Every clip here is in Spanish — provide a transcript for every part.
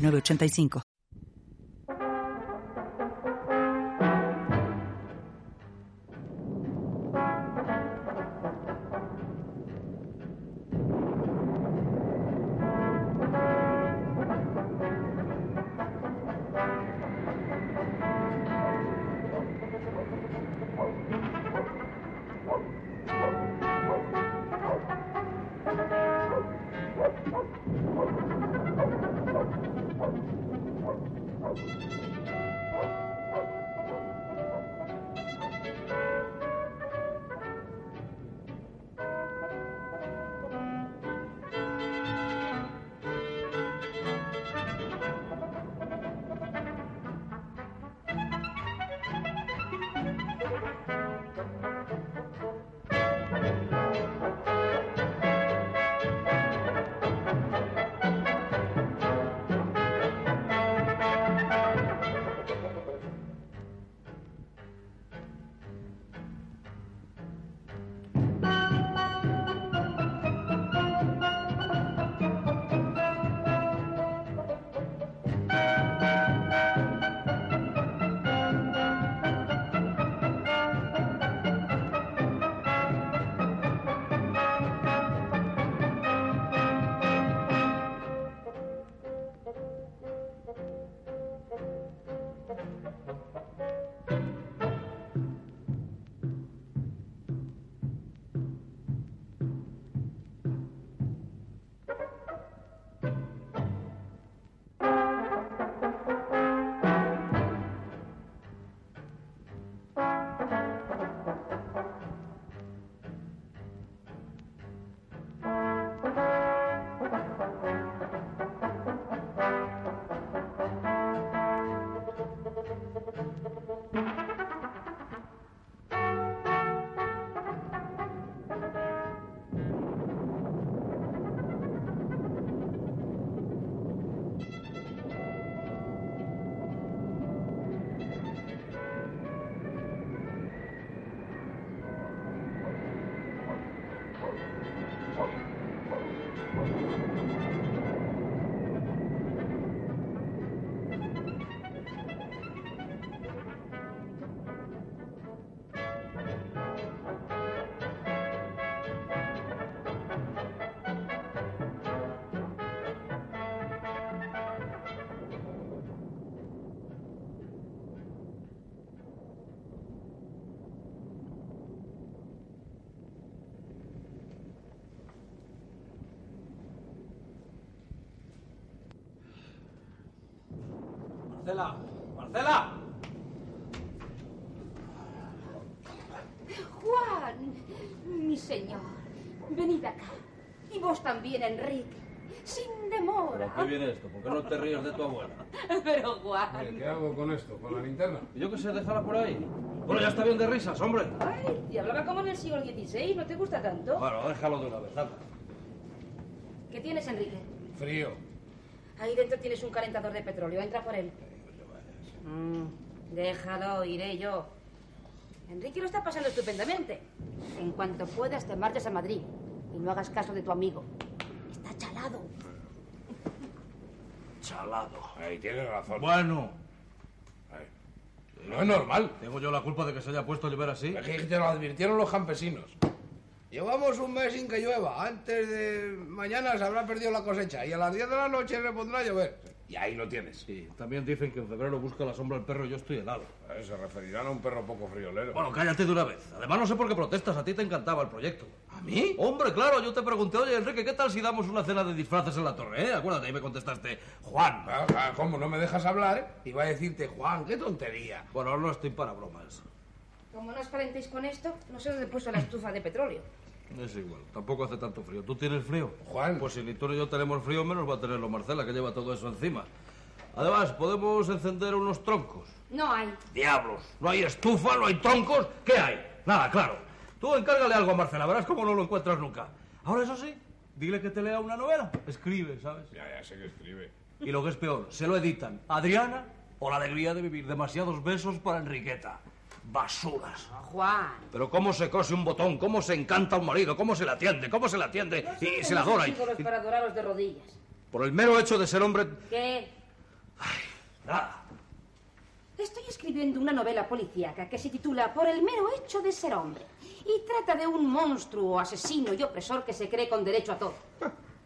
985. Marcela, Marcela. Juan, mi señor, venid acá. Y vos también, Enrique. Sin demora. ¿Por qué viene esto? ¿Por qué no te ríes de tu abuela? Pero Juan. ¿Qué hago con esto? ¿Con la linterna? ¿Y yo qué sé, dejarla por ahí? Bueno, ya está bien de risas, hombre. Ay, y hablaba como en el siglo XVI, ¿no te gusta tanto? Bueno, déjalo de una vez, anda. ¿Qué tienes, Enrique? Frío. Ahí dentro tienes un calentador de petróleo, entra por él. Mm, déjalo, iré yo. Enrique lo está pasando estupendamente. En cuanto puedas, te marchas a Madrid y no hagas caso de tu amigo. Está chalado. Chalado. Ahí tienes razón. Bueno, No es normal. ¿tengo yo la culpa de que se haya puesto a llover así? Es que te lo advirtieron los campesinos. Llevamos un mes sin que llueva. Antes de mañana se habrá perdido la cosecha y a las 10 de la noche se pondrá a llover. Y ahí lo tienes. Sí, también dicen que en febrero busca la sombra el perro y yo estoy helado. Eh, Se referirán a un perro poco friolero. Bueno, cállate de una vez. Además, no sé por qué protestas, a ti te encantaba el proyecto. ¿A mí? Hombre, claro, yo te pregunté, oye, Enrique, ¿qué tal si damos una cena de disfraces en la torre, eh? Acuérdate, y me contestaste, Juan. Ah, ah, ¿Cómo no me dejas hablar? Iba a decirte, Juan, qué tontería. Bueno, ahora no estoy para bromas. Como no os calentéis con esto, no sé dónde he puesto la estufa de petróleo. Es igual, tampoco hace tanto frío. ¿Tú tienes frío? Juan. Pues si ni tú ni yo tenemos frío, menos va a tenerlo Marcela, que lleva todo eso encima. Además, podemos encender unos troncos. No hay. Diablos, no hay estufa, no hay troncos. ¿Qué hay? Nada, claro. Tú encárgale algo a Marcela, verás cómo no lo encuentras nunca. Ahora, eso sí, dile que te lea una novela. Escribe, ¿sabes? Ya, Ah, ya sé que escribe. Y lo que es peor, se lo editan. Adriana o la alegría de vivir demasiados besos para Enriqueta. Basuras. Ah, Juan. Pero cómo se cose un botón, cómo se encanta un marido, cómo se la atiende, cómo se la atiende y se la adora. y- Los para adoraros de rodillas. por el mero hecho de ser hombre, ¿Qué? nada. Estoy escribiendo una novela policíaca que se titula Por el mero hecho de ser hombre y trata de un monstruo asesino y opresor que se cree con derecho a todo.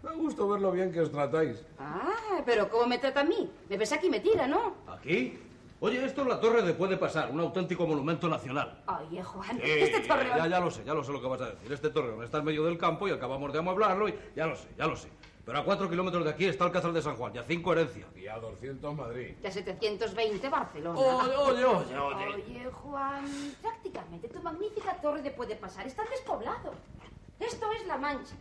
Da gusto ver lo bien que os tratáis. Ah, pero ¿cómo me trata a mí? Me ves aquí y me tira, ¿no? ¿Aquí? Oye, esto es la torre de Puede Pasar, un auténtico monumento nacional. Oye, Juan, Sí, este torreón... Ya, ya lo sé, ya lo sé lo que vas a decir. Este torreón está en medio del campo y acabamos de amueblarlo y ya lo sé, ya lo sé. Pero a cuatro kilómetros de aquí está el Cazal de San Juan y a cinco herencia. Y a 200 Madrid. Ya 720 Barcelona. Oye, oye, oye, oye. Oye, Juan, prácticamente tu magnífica torre de puede pasar está despoblado. Esto es La Mancha.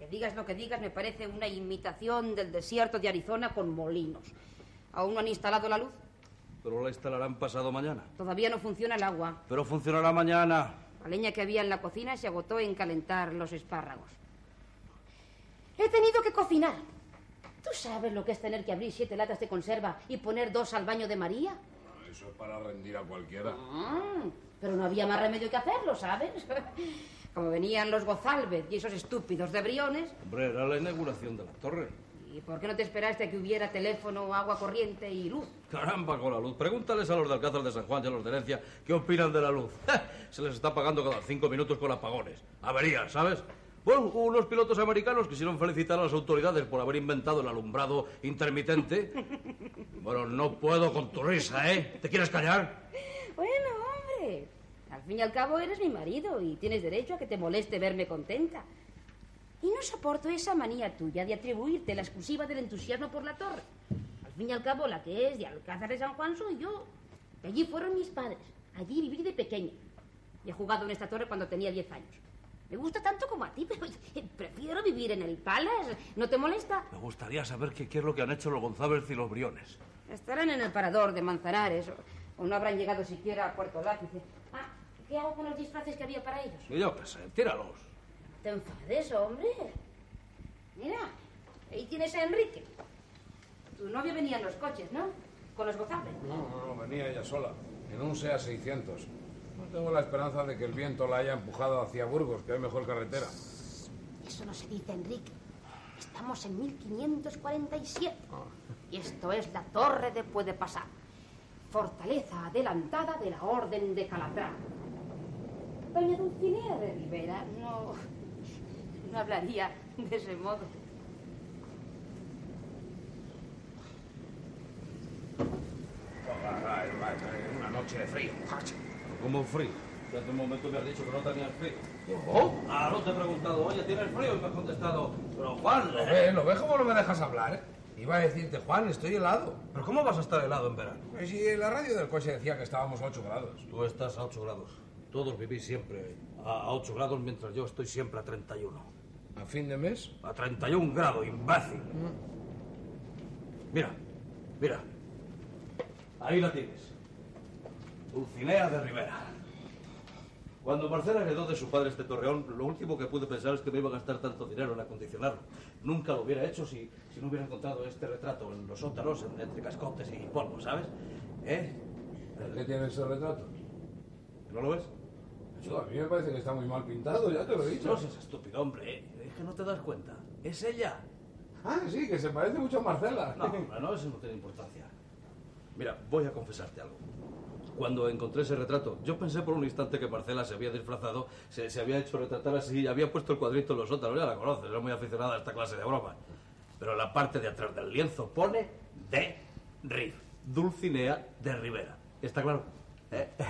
Que digas lo que digas, me parece una imitación del desierto de Arizona con molinos. ¿Aún no han instalado la luz? Pero la instalarán pasado mañana. Todavía no funciona el agua. Pero funcionará mañana. La leña que había en la cocina se agotó en calentar los espárragos. He tenido que cocinar. ¿Tú sabes lo que es tener que abrir siete latas de conserva y poner dos al baño de María? Eso es para rendir a cualquiera. Mm, pero no había más remedio que hacerlo, ¿sabes? Como venían los Gozalvez y esos estúpidos de Briones. Hombre, era la inauguración de la torre. ¿Y por qué no te esperaste a que hubiera teléfono, agua corriente y luz? Caramba, con la luz. Pregúntales a los del Alcázar de San Juan y a los de Herencia qué opinan de la luz. Se les está pagando cada cinco minutos con apagones. Averías, ¿sabes? Bueno, hubo unos pilotos americanos quisieron felicitar a las autoridades por haber inventado el alumbrado intermitente. Bueno, no puedo con tu risa, ¿eh? ¿Te quieres callar? Bueno, hombre. Al fin y al cabo eres mi marido y tienes derecho a que te moleste verme contenta. Y no soporto esa manía tuya de atribuirte la exclusiva del entusiasmo por la torre. Al fin y al cabo, la que es de Alcázar de San Juan soy yo. De allí fueron mis padres. Allí viví de pequeña. Y he jugado en esta torre cuando tenía 10 años. Me gusta tanto como a ti, pero prefiero vivir en el Palace. ¿No te molesta? Me gustaría saber qué, qué es lo que han hecho los González y los Briones. Estarán en el parador de Manzanares o, o no habrán llegado siquiera a Puerto Lápice. Ah, ¿qué hago con los disfraces que había para ellos? Y yo qué sé, tíralos. ¿Te enfades, hombre? Mira, ahí tienes a Enrique. Tu novio venía en los coches, ¿no? Con los gozales. No, no, no, venía ella sola. En un SEA 600. No tengo la esperanza de que el viento la haya empujado hacia Burgos, que hay mejor carretera. Eso no se dice, Enrique. Estamos en 1547. Y esto es la torre de Puede Pasar. Fortaleza adelantada de la Orden de Calatrava. Doña Dulcinea de Rivera no, no hablaría de ese modo. Una noche de frío. ¿Cómo frío? Hace un momento me has dicho que no tenías frío. ¿Yo? Ah, no te he preguntado, oye, ¿tienes frío? Y me has contestado, pero Juan, ¿eh? Lo ves, lo ves cómo no me dejas hablar, ¿eh? Iba a decirte, Juan, estoy helado. ¿pero cómo vas a estar helado en verano? Pues si en la radio del coche decía que estábamos a 8 grados. Tú estás a 8 grados. Todos vivís siempre a 8 grados mientras yo estoy siempre a 31. ¿A fin de mes? A 31 grados, imbécil. Mira, mira. Ahí la tienes. Dulcinea de Rivera. Cuando Marcela heredó de su padre este torreón, lo último que pude pensar es que me iba a gastar tanto dinero en acondicionarlo. Nunca lo hubiera hecho si, si no hubiera encontrado este retrato en los sótanos, en- entre cascotes y polvo, ¿sabes? ¿Eh? ¿Qué tiene ese retrato? ¿No lo ves? Yo, a mí me parece que está muy mal pintado, ya te lo he No dicho. seas estúpido, hombre. ¿eh? Es que no te das cuenta. Es ella. Ah, sí, que se parece mucho a Marcela. No, hombre, no, eso no tiene importancia. Mira, voy a confesarte algo. Cuando encontré ese retrato, yo pensé por un instante que Marcela se había disfrazado, se, se había hecho retratar así y había puesto el cuadrito en los sótanos. Ya la conoces, es muy aficionada a esta clase de bromas. Pero en la parte de atrás del lienzo pone de Riff, Dulcinea de Rivera. ¿Está claro? ¿Eh?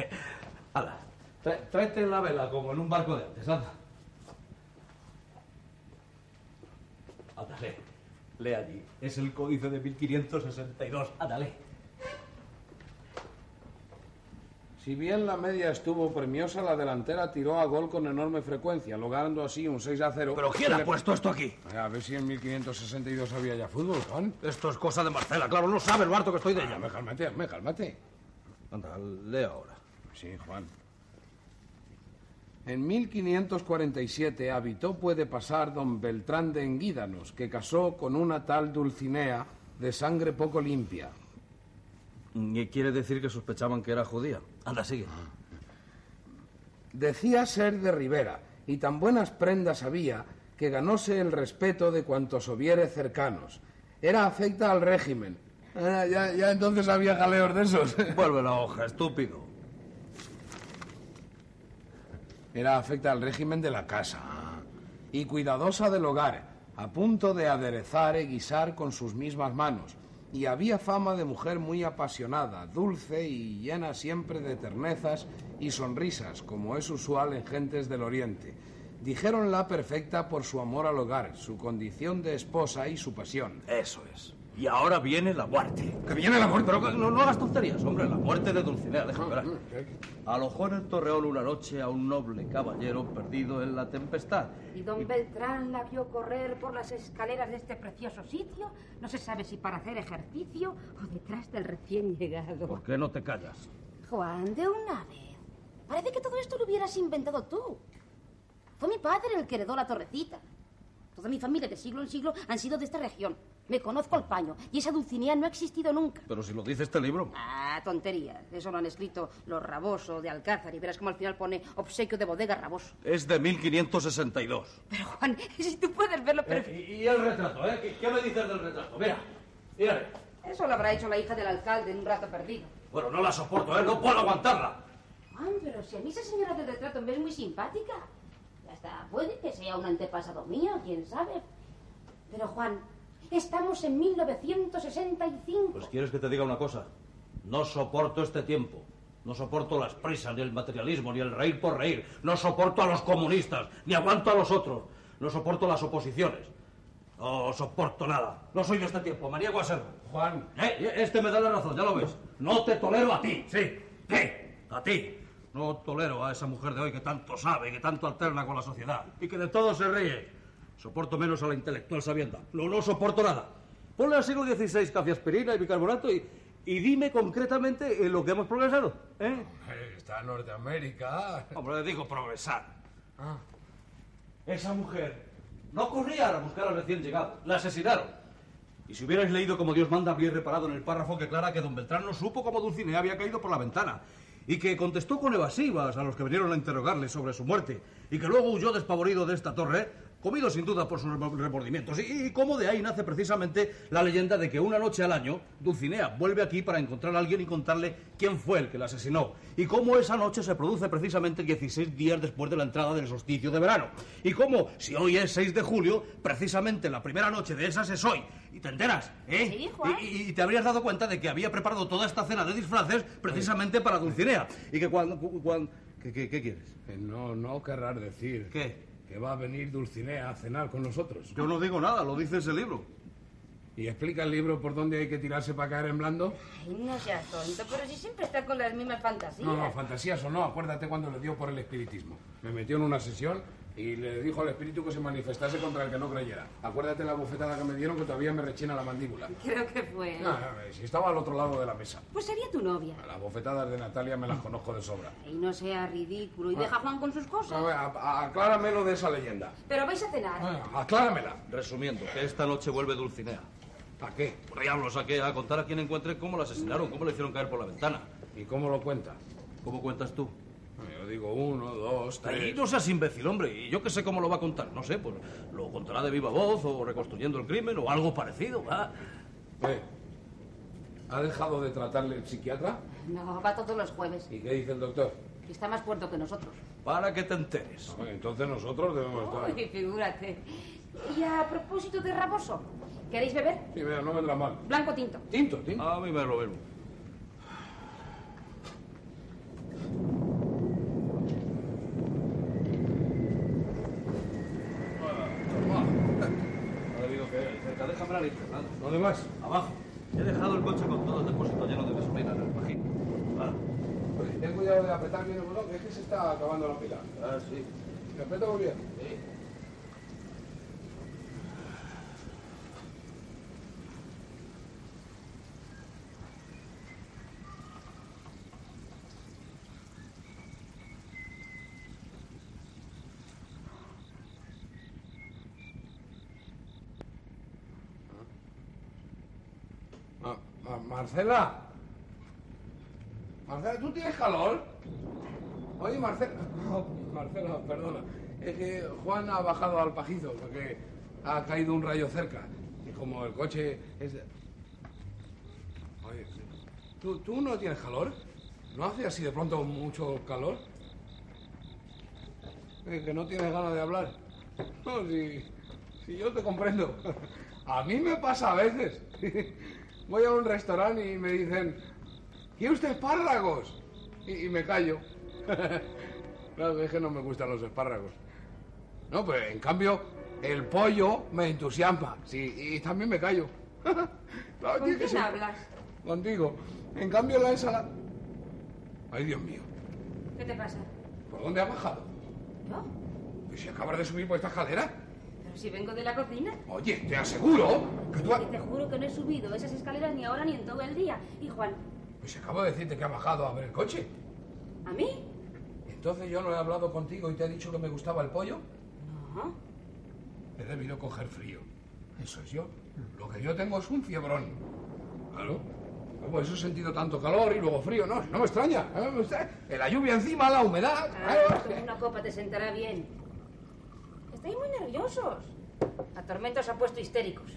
Hala, trá- tráete la vela como en un barco de antes, anda. Ándale, lee allí. Es el códice de 1562. Ándale. Si bien la media estuvo premiosa, la delantera tiró a gol con enorme frecuencia, logrando así un 6 a 0. ¿Pero quién ha puesto esto aquí? A ver si en 1562 había ya fútbol, Juan. Ah, Esto es cosa de Marcela, claro, no sabe el barto que estoy de ella. me calmate, me calmate. Anda, lee ahora. Sí, Juan. En 1547 habitó puede pasar don Beltrán de Enguídanos, que casó con una tal Dulcinea de sangre poco limpia. ¿Y quiere decir que sospechaban que era judía? Anda, sigue. Decía ser de Rivera, y tan buenas prendas había que ganóse el respeto de cuantos hubiere cercanos. Era afecta al régimen. Ah, ya, ya entonces había jaleos de esos. Vuelve la hoja, estúpido. Era afecta al régimen de la casa. Y cuidadosa del hogar, a punto de aderezar y guisar con sus mismas manos. Y había fama de mujer muy apasionada, dulce y llena siempre de ternezas y sonrisas, como es usual en gentes del Oriente. Dijéronla perfecta por su amor al hogar, su condición de esposa y su pasión. Eso es. Y ahora viene la muerte. ¿Que viene la muerte? Pero que- no, no hagas tonterías, hombre. La muerte de Dulcinea, déjame ver. ah, Alojó en el torreón una noche a un noble caballero perdido en la tempestad. Y don Beltrán la vio correr por las escaleras de este precioso sitio. No se sabe si para hacer ejercicio o detrás del recién llegado. ¿Por qué no te callas? Juan, de una vez. Parece que todo esto lo hubieras inventado tú. Fue mi padre el que heredó la torrecita. Toda mi familia de siglo en siglo han sido de esta región. Me conozco el paño y esa Dulcinea no ha existido nunca. Pero si lo dice este libro. Ah, tontería. Eso lo han escrito los Raboso de Alcázar y verás cómo al final pone obsequio de bodega Raboso. Es de 1562. Pero Juan, si tú puedes verlo perfecto. y, el retrato, ¿eh? ¿Qué, me dices del retrato? Mira, mírale. Eso lo habrá hecho la hija del alcalde en un rato perdido. Bueno, no la soporto, ¿eh? No puedo aguantarla. Juan, pero si a mí esa señora del retrato me es muy simpática. Hasta puede que sea un antepasado mío, quién sabe. Pero Juan, estamos en 1965. Pues quieres que te diga una cosa. No soporto este tiempo. No soporto las prisas, ni el materialismo, ni el reír por reír. No soporto a los comunistas, ni aguanto a los otros. No soporto las oposiciones. No soporto nada. No soy de este tiempo, me niego a serlo. Juan. Eh, este me da la razón, ya lo ves. No te tolero a ti. Sí. Sí, a ti. No tolero a esa mujer de hoy que tanto sabe, que tanto alterna con la sociedad y que de todo se ríe. Soporto menos a la intelectual sabienda. No, no soporto nada. Ponle al siglo XVI cafeaspirina y bicarbonato y, y dime concretamente en lo que hemos progresado. ¿eh? Está en Norteamérica. Hombre, digo progresar. Esa mujer no corría a buscar al recién llegado. La asesinaron. Y si hubierais leído como Dios manda, habríais reparado en el párrafo que aclara que don Beltrán no supo cómo Dulcinea había caído por la ventana. Y que contestó con evasivas a los que vinieron a interrogarle sobre su muerte. Y que luego huyó despavorido de esta torre, comido sin duda por sus remor- remordimientos. Y, y cómo de ahí nace precisamente la leyenda de que una noche al año Dulcinea vuelve aquí para encontrar a alguien y contarle quién fue el que la asesinó. Y cómo esa noche se produce precisamente 16 días después de la entrada del solsticio de verano. Y cómo, si hoy es 6 de julio, precisamente la primera noche de esas es hoy. Y te enteras, ¿eh? Sí, Juan. Y- y- y te habrías dado cuenta de que había preparado toda esta cena de disfraces precisamente para Dulcinea. Y que cuando... cu- cuan- ¿Qué, qué- qué quieres? No, no querrás decir ¿Qué? que va a venir Dulcinea a cenar con nosotros. Yo no digo nada, lo dice ese libro. ¿Y explica el libro por dónde hay que tirarse para caer en blando? Ay, no seas tonto, pero si siempre estás con las mismas fantasías. No, no, fantasías o no, acuérdate cuando le dio por el espiritismo. Me metió en una sesión y le dijo al espíritu que se manifestase contra el que no creyera. Acuérdate la bofetada que me dieron que todavía me rechina la mandíbula. Creo que fue. No, no, eh, si estaba al otro lado de la mesa. Pues sería tu novia. Las bofetadas de Natalia me las conozco de sobra. Y no sea ridículo. Y deja a Juan con sus A cosas. ver, a- a- aclárame lo de esa leyenda. Pero vais a cenar. Acláramela. Resumiendo, que esta noche vuelve Dulcinea. ¿A qué? Por diablos, ¿a qué? A contar a quien encuentre cómo la asesinaron, cómo la hicieron caer por la ventana. ¿Y cómo lo cuenta? ¿Cómo cuentas tú? Yo digo uno, dos, Ahí tres. no seas imbécil, hombre. Y yo que sé cómo lo va a contar. No sé, pues lo contará de viva voz o reconstruyendo el crimen o algo parecido. ¿va? Eh, ¿Ha dejado de tratarle el psiquiatra? No, va todos los jueves. ¿Y qué dice el doctor? Y está más puerto que nosotros. Para que te enteres. Bueno, entonces nosotros debemos estar. Uy, figúrate. Y a propósito de Raboso, ¿queréis beber? Sí, mira, no vendrá mal. Blanco tinto. Tinto, tinto. A mí me lo mismo. Ha debido caer cerca. Déjame la lista, ¿vale? ¿Dónde vas? Abajo. He dejado el coche con todo el depósito lleno de gasolina en el pajín. Ah, Pues, Ten cuidado cuidado de apretar bien el botón, que es que se está acabando la pila. Ah, sí. ¿Me aprieto muy bien? Sí. Ma- Ma- Ah, Marcela. Marcela, ¿tú tienes calor? Oye, Marcela. Marcela, perdona. Es que Juan ha bajado al pajizo porque ha caído un rayo cerca. Y como el coche es... de- Oye, ¿tú, tú no tienes calor? ¿No hace así de pronto mucho calor? Eh, que no tienes ganas de hablar. No, si, si yo te comprendo. A mí me pasa a veces. Voy a un restaurante y me dicen, ¿quiere usted espárragos? Y, y me callo. Claro, es que no me gustan los espárragos. No, pero en cambio, el pollo me entusiasma. Sí, y también me callo. Claro, tiene ¿Con que quién ser- hablas? Contigo. En cambio, la ensalada... Ay, Dios mío. ¿Qué te pasa? ¿Por dónde ha bajado? ¿Yo? Pues si acabas de subir por esta escalera. Pero si vengo de la cocina. Oye, te aseguro que tú... ha- Y te juro que no he subido esas escaleras ni ahora ni en todo el día. Y Juan, Pues si acabo de decirte que ha bajado a ver el coche. ¿a mí? Entonces yo no he hablado contigo y te he dicho que me gustaba el pollo. No. He debido coger frío. Eso es yo. Lo que yo tengo es un fiebrón. Claro. Ah, Por eso he sentido tanto calor y luego frío. No, no me extraña. ¿eh? Me extra- La lluvia encima, la humedad. Ah, claro. toma una copa, te sentará bien. Estáis muy nerviosos. La tormenta os ha puesto histéricos.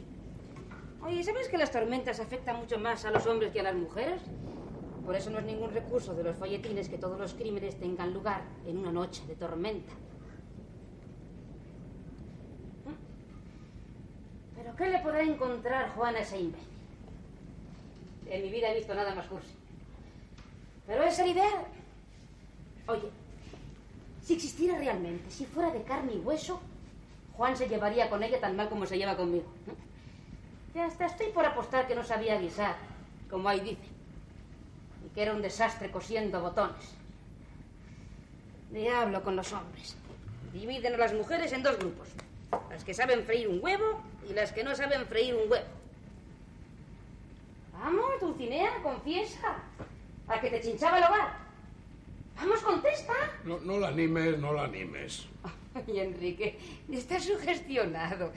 Oye, ¿sabes que las tormentas afectan mucho más a los hombres que a las mujeres? Por eso no es ningún recurso de los folletines que todos los crímenes tengan lugar en una noche de tormenta. ¿Mm? ¿Pero qué le podrá encontrar Juan a ese imbécil? En mi vida he visto nada más cursi. Pero es el ideal. Oye, si existiera realmente, si fuera de carne y hueso, Juan se llevaría con ella tan mal como se lleva conmigo. Ya hasta estoy por apostar que no sabía guisar, como ahí dice. Y que era un desastre cosiendo botones. Diablo con los hombres. Dividen a las mujeres en dos grupos. Las que saben freír un huevo y las que no saben freír un huevo. Vamos, Dulcinea, confiesa. A que te chinchaba el hogar. Vamos, contesta. No, no la animes, no la animes. Ay, Enrique, estás sugestionado.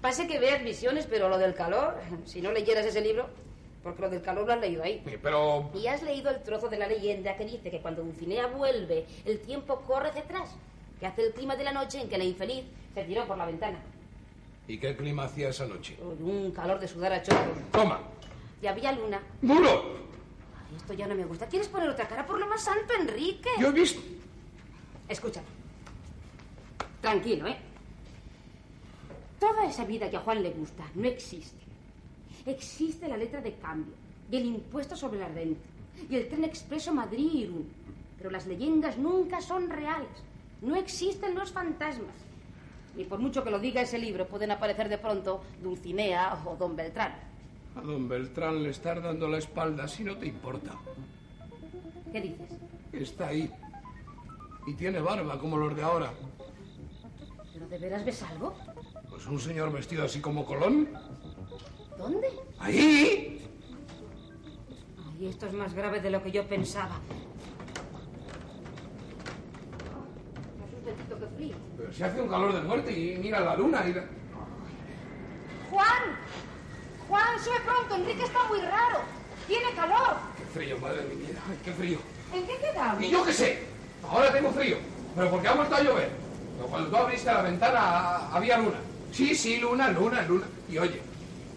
Pase que veas visiones, pero lo del calor, si no leyeras ese libro, porque lo del calor lo has leído ahí. Eh, Pero... Y has leído el trozo de la leyenda que dice que cuando Dulcinea vuelve, el tiempo corre hacia atrás, que hace el clima de la noche en que la infeliz se tiró por la ventana. ¿Y qué clima hacía esa noche? Uy, un calor de sudar a chorros. Toma. Y había luna. ¡Duro! Ay, esto ya no me gusta. ¿Quieres poner otra cara por lo más santo, Enrique? Yo he visto... Escúchame. Tranquilo, ¿eh? Toda esa vida que a Juan le gusta no existe. Existe la letra de cambio y el impuesto sobre la renta y el tren expreso Madrid-Irún. Pero las leyendas nunca son reales. No existen los fantasmas. Ni por mucho que lo diga ese libro, pueden aparecer de pronto Dulcinea o Don Beltrán. A don Beltrán le estás dando la espalda, si no te importa. ¿Qué dices? Está ahí. Y tiene barba como los de ahora. ¿Pero de veras ves algo? Pues un señor vestido así como Colón. ¿Dónde? ¡Ahí! Ay, esto es más grave de lo que yo pensaba. Más un poquito que frío. Pero si hace un calor de muerte y mira la luna y la... ¡Juan! ¡Juan, sube pronto! Enrique está muy raro. Tiene calor. ¡Qué frío, madre de mi vida! ¡Ay, qué frío! ¿En qué quedamos? ¡Y yo qué sé! Ahora tengo frío. Pero porque ha vuelto a llover. Pero cuando tú abriste la ventana a- había luna. Sí, sí, luna, luna, luna. Y oye,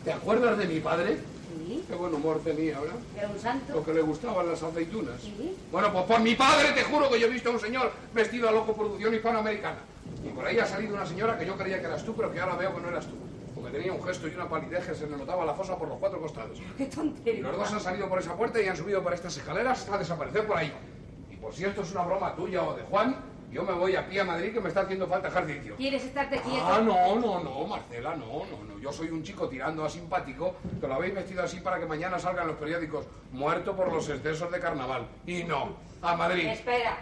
¿te acuerdas de mi padre? Sí, Qué buen humor tenía, ¿verdad? era un Lo santo. que le gustaban las aceitunas. Sí. Bueno, pues por mi padre te juro que yo he visto a un señor vestido a loco producción hispanoamericana. Y por ahí ha salido una señora que yo creía que eras tú, pero que ahora veo que no eras tú. Porque tenía un gesto y una palidez que se le notaba la fosa por los cuatro costados. Qué Y tontería. los dos han salido por esa puerta y han subido por estas escaleras hasta desaparecer por ahí. Y por si esto es una broma tuya o de Juan, Yo me voy aquí a Madrid que me está haciendo falta ejercicio. ¿Quieres estarte quieto? Ah, no, no, no, Marcela, no, no, no. Yo soy un chico tirando a simpático que lo habéis vestido así para que mañana salgan los periódicos muerto por los excesos de carnaval. Y no, a Madrid. Espera.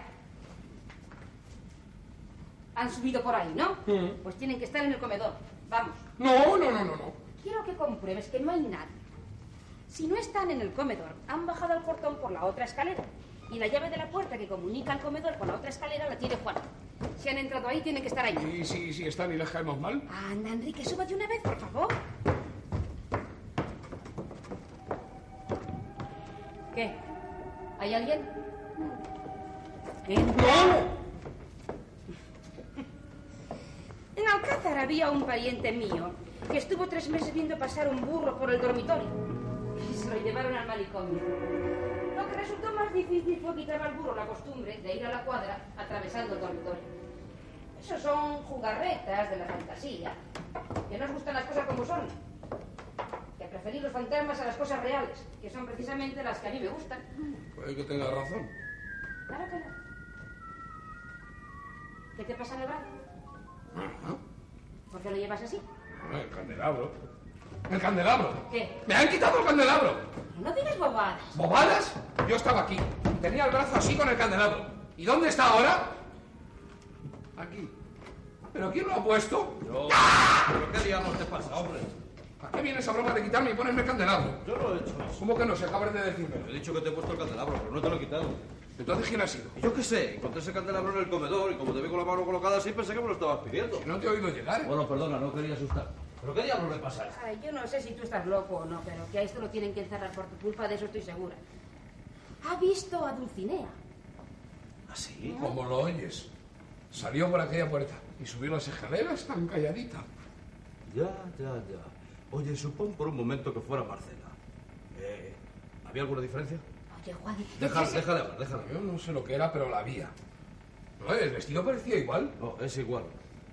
Han subido por ahí, ¿no? Mm. Pues tienen que estar en el comedor. Vamos. No, no, no, no, no. Quiero que compruebes que no hay nadie. Si no están en el comedor, han bajado al portón por la otra escalera. Y la llave de la puerta que comunica al comedor con la otra escalera la tiene Juan. Si han entrado ahí, tienen que estar ahí. Y si, si están y les caemos mal. Anda, Enrique, súbate una vez, por favor. ¿Qué? ¿Hay alguien? ¿Qué? ¡No! En Alcázar había un pariente mío que estuvo tres meses viendo pasar un burro por el dormitorio. Y se lo llevaron al manicomio. Lo que resultó más difícil fue quitar al burro la costumbre de ir a la cuadra atravesando el dormitorio. Eso son jugarretas de la fantasía. Que no os gustan las cosas como son. Que preferís los fantasmas a las cosas reales, que son precisamente las que a mí me gustan. Puede pues que tenga razón. Claro que no. ¿Qué te pasa en el brazo? ¿Por qué lo llevas así? El candelabro. El candelabro. ¿Qué? Me han quitado el candelabro. No digas bobadas. ¿Bobadas? Yo estaba aquí. Tenía el brazo así con el candelabro. ¿Y dónde está ahora? Aquí. ¿Pero quién lo ha puesto? Yo... ¿Pero qué diablos te pasa, hombre? ¿A qué viene esa broma de quitarme y ponerme el candelabro? Yo no he hecho eso. ¿Cómo que no? Se acabas de decirme. He dicho que te he puesto el candelabro, pero no te lo he quitado. Entonces, ¿quién ha sido? Y Yo qué sé, encontré ese candelabro en el comedor y como te vi con la mano colocada así pensé que me lo estabas pidiendo. Si no te he oído llegar. ¿eh? Bueno, perdona, no quería asustar. ¿Pero qué diablos le pasa a esto? Ay, yo no sé si tú estás loco o no, pero que a esto lo tienen que encerrar por tu culpa, de eso estoy segura. Ha visto a Dulcinea. ¿Así? Como lo oyes. Salió por aquella puerta y subió las escaleras tan calladita. Ya, ya, ya. Oye, supón por un momento que fuera Marcela. Eh, ¿Había alguna diferencia? Oye, Juan, Deja, déjale hablar, déjala. Yo no sé lo que era, pero la había. No, el vestido parecía igual. No, es igual.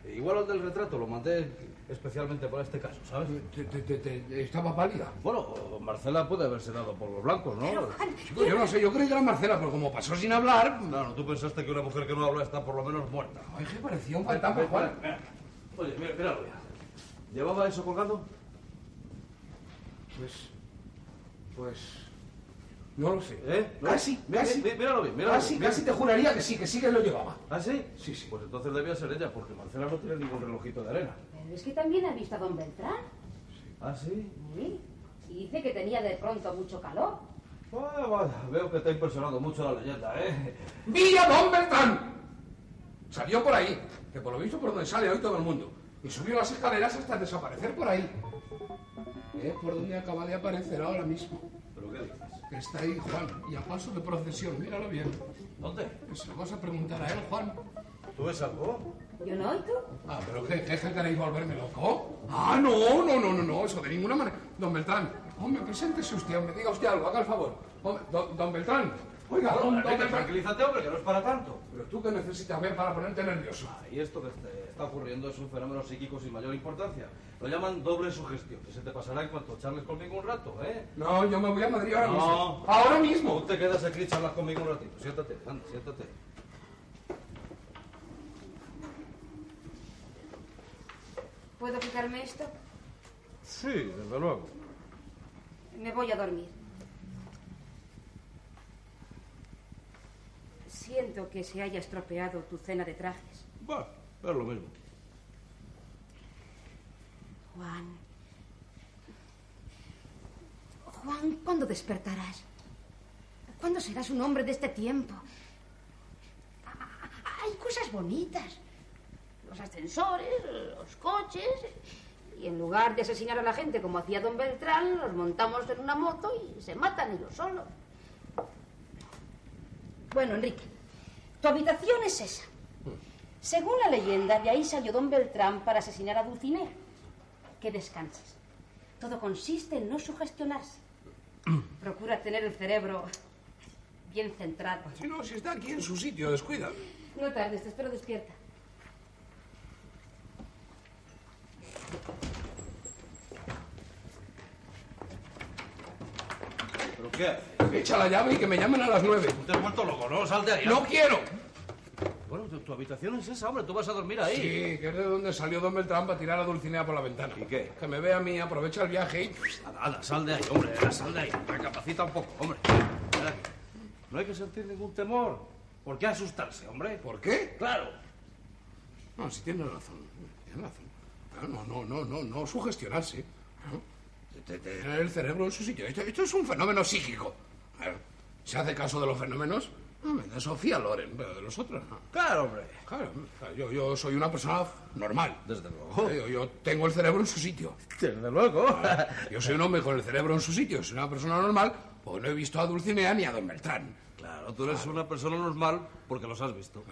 Igual al del retrato, lo mandé especialmente para este caso, ¿sabes? Te- te- te- te- estaba pálida. Bueno, Marcela puede haberse dado por los blancos, ¿no? Chico, yo no sé, yo creí que era Marcela, pero como pasó sin hablar... Claro, tú pensaste que una mujer que no habla está por lo menos muerta. Ay, que parecía un fantasma, Juan. Espera. Oye, mira, míralo ya. ¿Llevaba eso colgado? Pues... Pues... No lo sé. ¿Eh? ¿No? Casi, Mira, casi. mí- Míralo bien, míralo casi, bien. casi te juraría que sí, que sí que lo llevaba. ¿Ah, sí? Sí, sí. Pues entonces debía ser ella, porque Marcela no tiene ningún relojito de arena. Pero es que también ha visto a don Beltrán. ¿Ah, sí? Sí. Y dice que tenía de pronto mucho calor. Vaya, vaya, Ah, veo que te ha impresionado mucho la leyenda, ¿eh? ¡Villa Don Beltrán! Salió por ahí, que por lo visto por donde sale hoy todo el mundo. Y subió las escaleras hasta desaparecer por ahí. Es por donde acaba de aparecer ahora mismo. ¿Pero qué dices? Está ahí, Juan, y a paso de procesión, míralo bien. ¿Dónde? Se lo vas a preguntar a él, Juan. ¿Tú ves algo? Yo no, ¿y tú? Ah, pero ¿qué? ¿Qué qué queréis volverme loco? Ah, no, no, no, no, no, eso de ninguna manera. Don Beltrán, hombre, preséntese usted, hombre, diga usted algo, haga el favor. Hombre, don, don Beltrán, oiga, don, don Enrique, Beltrán. tranquilízate, hombre, que no es para tanto. Pero tú qué necesitas ver para ponerte nervioso. Y esto que te está ocurriendo es un fenómeno psíquico sin mayor importancia. Lo llaman doble sugestión, que se te pasará en cuanto charles conmigo un rato, ¿eh? No, yo me voy a Madrid ahora No. mismo. Ahora Tú mismo. te quedas aquí y charlas conmigo un ratito. Siéntate, anda, siéntate. ¿Puedo quitarme esto? Sí, desde luego. Me voy a dormir. Siento que se haya estropeado tu cena de trajes. Bueno, es lo mismo. Juan. Juan, ¿cuándo despertarás? ¿Cuándo serás un hombre de este tiempo? A- a- Hay cosas bonitas. Los ascensores, los coches. Y en lugar de asesinar a la gente como hacía don Beltrán, los montamos en una moto y se matan ellos solos. Bueno, Enrique, tu habitación es esa. Según la leyenda, de ahí salió don Beltrán para asesinar a Dulcinea que descanses. Todo consiste en no sugestionarse. Procura tener el cerebro bien centrado. Si no, si está aquí en su sitio, descuida. No tardes, te espero despierta. ¿Pero qué? Echa la llave y que me llamen a las nueve. Te has vuelto loco, ¿no? Salte ahí. No quiero. Bueno, tu, tu habitación es esa, hombre. Tú vas a dormir ahí. Sí, que es de donde salió Don Beltrán para tirar a Dulcinea por la ventana. ¿Y qué? Que me vea a mí, aprovecha el viaje y... Ala, ala, sal de ahí, hombre, ala, sal de ahí. Recapacita un poco, hombre. Ven aquí. No hay que sentir ningún temor. ¿Por qué asustarse, hombre? ¿Por qué? Claro. No, sí tienes razón. Tienes razón. Pero no, no, no, no, no sugestionarse. ¿no? Te- te- Tener el cerebro en su sitio. Esto, esto es un fenómeno psíquico. A ver, ¿Se hace caso de los fenómenos? Hombre, de Sofía Loren, pero de los otros no. Claro, hombre. Claro, yo, yo soy una persona normal. Eh, Desde luego. Yo, yo tengo el cerebro en su sitio. Desde luego. Yo soy un hombre con el cerebro en su sitio. Soy una persona normal porque no he visto a Dulcinea ni a Don Beltrán. Claro, tú eres una persona normal porque los has visto.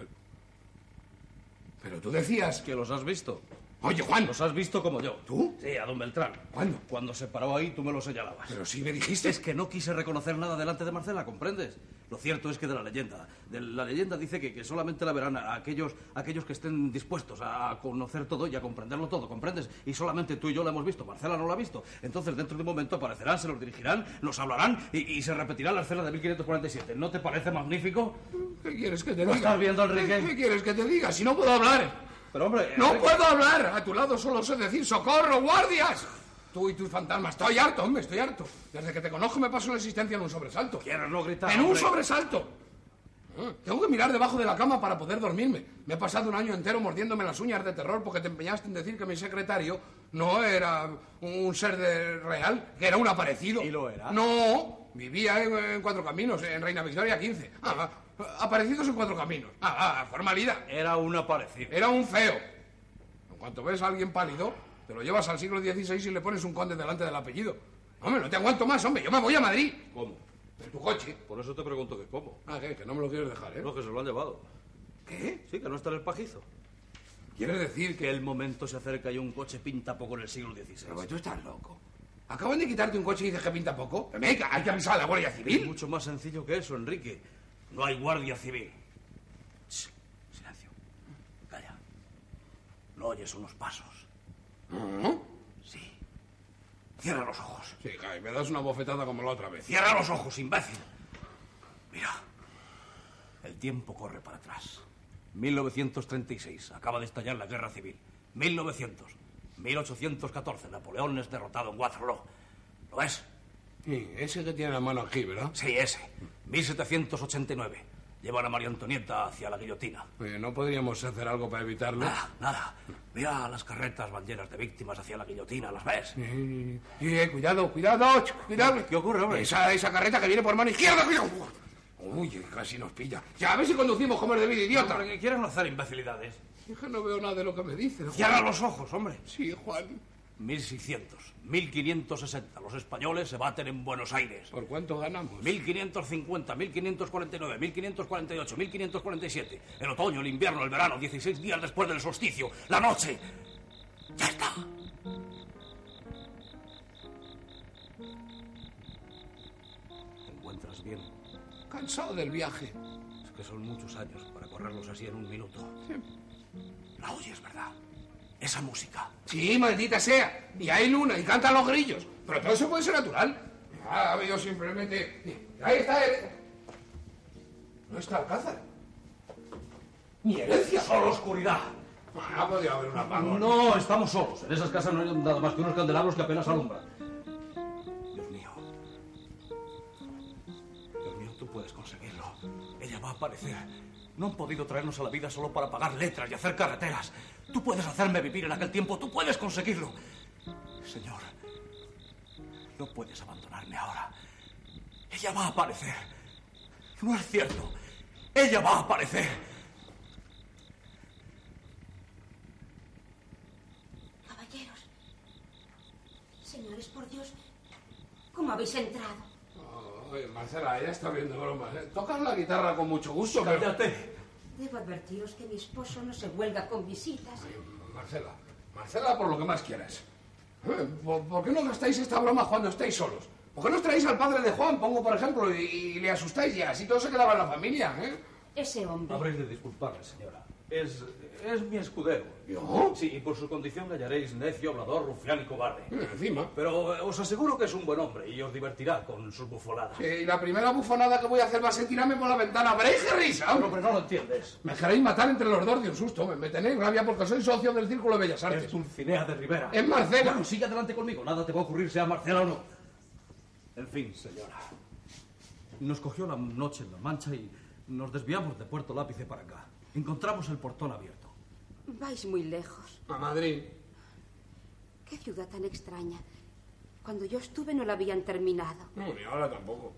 Pero tú decías que... Que los has visto. Oye, Juan, Los has visto como yo. ¿Tú? Sí, a don Beltrán. ¿Cuándo? Cuando se paró ahí, tú me lo señalabas. pero sí me dijiste... Es que no quise reconocer nada delante de Marcela, ¿comprendes? Lo cierto es que de la leyenda. De la leyenda dice que, que solamente la verán a aquellos, aquellos que estén dispuestos a, a conocer todo y a comprenderlo todo, ¿comprendes? Y solamente tú y yo la hemos visto, Marcela no la ha visto. Entonces, dentro de un momento aparecerán, se los dirigirán, nos hablarán y, y se repetirá la escena de 1547. ¿No te parece magnífico? ¿Qué quieres que te diga? ¿Lo estás viendo, Enrique? ¿Qué, qué quieres que te diga? Si no puedo hablar. Pero, hombre. eh, ¡No Enrique- puedo hablar! A tu lado solo sé decir socorro, guardias. Tú y tus fantasmas. Estoy harto, hombre, estoy harto. Desde que te conozco me paso la existencia en un sobresalto. Quieres no gritar. ¡En un hombre. sobresalto! Ah, Tengo que mirar debajo de la cama para poder dormirme. Me he pasado un año entero mordiéndome las uñas de terror porque te empeñaste en decir que mi secretario no era un ser de real, que era un aparecido. ¿Y lo era? No, vivía en, en Cuatro Caminos, en Reina Victoria 15. Ah, ah, aparecidos en Cuatro Caminos. Ah, ah, formalidad. Era un aparecido. Era un feo. En cuanto ves a alguien pálido, te lo llevas al siglo XVI y le pones un conde delante del apellido. Hombre, no te aguanto más, hombre. Yo me voy a Madrid. ¿Cómo? En tu coche. Por eso te pregunto que cómo. Ah, que, que no me lo quieres dejar, ¿eh? No, que se lo han llevado. ¿Qué? Sí, que no está en el pajizo. ¿Quieres decir Que que...? el momento se acerca y un coche pinta poco en el siglo Pero XVI. tú estás loco. Acaban de quitarte un coche y dices que pinta poco. Pero hay que- hay que avisar a la Guardia Es Civil. mucho más sencillo que eso, Enrique. No hay guardia civil. Shh, silencio. Calla. No oyes unos pasos. ¿No? Sí. Cierra los ojos. Sí, cae, me das una bofetada como la otra vez. Cierra los ojos, imbécil. Mira. El tiempo corre para atrás. 1936. Acaba de estallar la guerra civil. 1900. 1814. Napoleón es derrotado en Waterloo. ¿Lo ves? Sí, ese que tiene la mano aquí, ¿verdad? Sí, ese. 1789. Llevan a María Antonieta hacia la guillotina. Oye, Eh, ¿no podríamos hacer algo para evitarlo? Nada, nada. Mira las carretas van llenas de víctimas hacia la guillotina, ¿las ves? Eh, eh, cuidado, cuidado, ch- cuidado. ¿Qué ocurre, hombre? Esa, esa carreta que viene por mano izquierda. cuidado. Uy, que casi nos pilla. Ya, a ver si conducimos como es debido, idiota. ¿Por qué quieres no hacer imbecilidades? Hija, no veo nada de lo que me dicen. Juan. Cierra los ojos, hombre. Sí, Juan. 1600, 1560. Los españoles se baten en Buenos Aires. ¿Por cuánto ganamos? 1550, 1549, 1548, 1547. El otoño, el invierno, el verano, 16 días después del solsticio, la noche. Ya está. ¿Te encuentras bien? Cansado del viaje. Es que son muchos años para correrlos así en un minuto. La oyes, ¿verdad? Esa música. Sí, maldita sea. Y hay luna y cantan los grillos. Pero todo eso puede ser natural. Ah, ha habido simplemente. Ahí está el. No está Alcázar. Ni herencia. ¡Solo oscuridad! Ah, podría haber un apagón. No, estamos solos. En esas casas no hay nada más que unos candelabros que apenas alumbran. Dios mío. Dios mío, tú puedes conseguirlo. Ella va a aparecer. No han podido traernos a la vida solo para pagar letras y hacer carreteras. Tú puedes hacerme vivir en aquel tiempo. Tú puedes conseguirlo. Señor, no puedes abandonarme ahora. Ella va a aparecer. No es cierto. Ella va a aparecer. Caballeros. Señores, por Dios, ¿cómo habéis entrado? Oye, Marcela, ella está viendo bromas. ¿eh? Tocas la guitarra con mucho gusto, pero... Cállate. Debo advertiros que mi esposo no se huelga con visitas. Oye, Marcela, Marcela, por lo que más quieras. Eh, ¿Por, por qué no gastáis esta broma cuando estáis solos? ¿Por qué no os traéis al padre de Juan, pongo por ejemplo, y, y le asustáis ya? Así todo se quedaba en la familia, ¿eh? Ese hombre. Habréis de disculparme, señora. Es, es mi escudero. ¿Yo? Sí, y por su condición le hallaréis necio, hablador, rufián y cobarde. Encima. Pero eh, os aseguro que es un buen hombre y os divertirá con sus bufoladas. Eh, y la primera bufonada que voy a hacer va a ser tirarme por la ventana. ¡Habréis de risa! No, pero no lo entiendes. Ah, pues, Me queréis matar entre los dos de un susto. Me, me tenéis rabia porque soy socio del Círculo de Bellas Es Artes. Dulcinea de Rivera. Es Marcela. Bueno, sigue adelante conmigo. Nada te va a ocurrir, sea Marcela o no. En fin, señora. Nos cogió la noche en la mancha y nos desviamos de Puerto Lápice para acá. Encontramos el portón abierto. Vais muy lejos. A Madrid. Qué ciudad tan extraña. Cuando yo estuve no la habían terminado. No, ni ahora tampoco.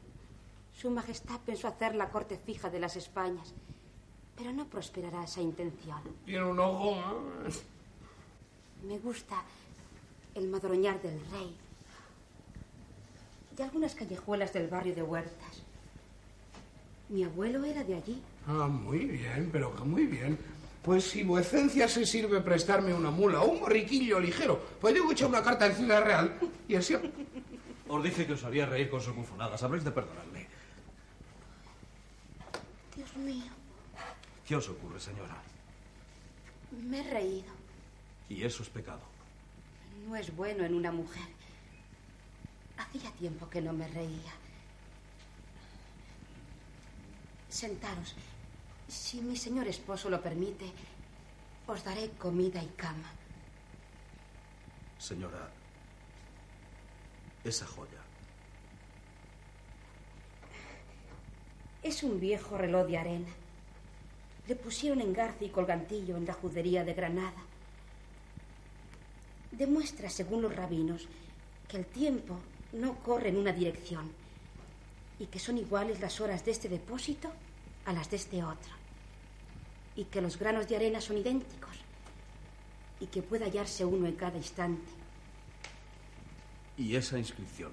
Su Majestad pensó hacer la corte fija de las Españas, pero no prosperará esa intención. Tiene un ojo. ¿eh? Me gusta el madroñar del rey y algunas callejuelas del barrio de Huertas. Mi abuelo era de allí. Ah, muy bien, pero que muy bien. Pues si vuecencia se sirve prestarme una mula o un borriquillo ligero, pues yo echar una carta en Ciudad Real y así... Eh, Os dije que os haría reír con sus bufonadas. Habréis de perdonarme. Dios mío, ¿Qué os ocurre, señora? me he reído. Y eso es pecado. No es bueno en una mujer. Hacía tiempo que no me reía. Sentaros. Si mi señor esposo lo permite, os daré comida y cama. Señora, esa joya. Es un viejo reloj de arena. Le pusieron engarce y colgantillo en la judería de Granada. Demuestra, según los rabinos, que el tiempo no corre en una dirección y que son iguales las horas de este depósito a las de este otro. Y que los granos de arena son idénticos y que puede hallarse uno en cada instante. Y esa inscripción.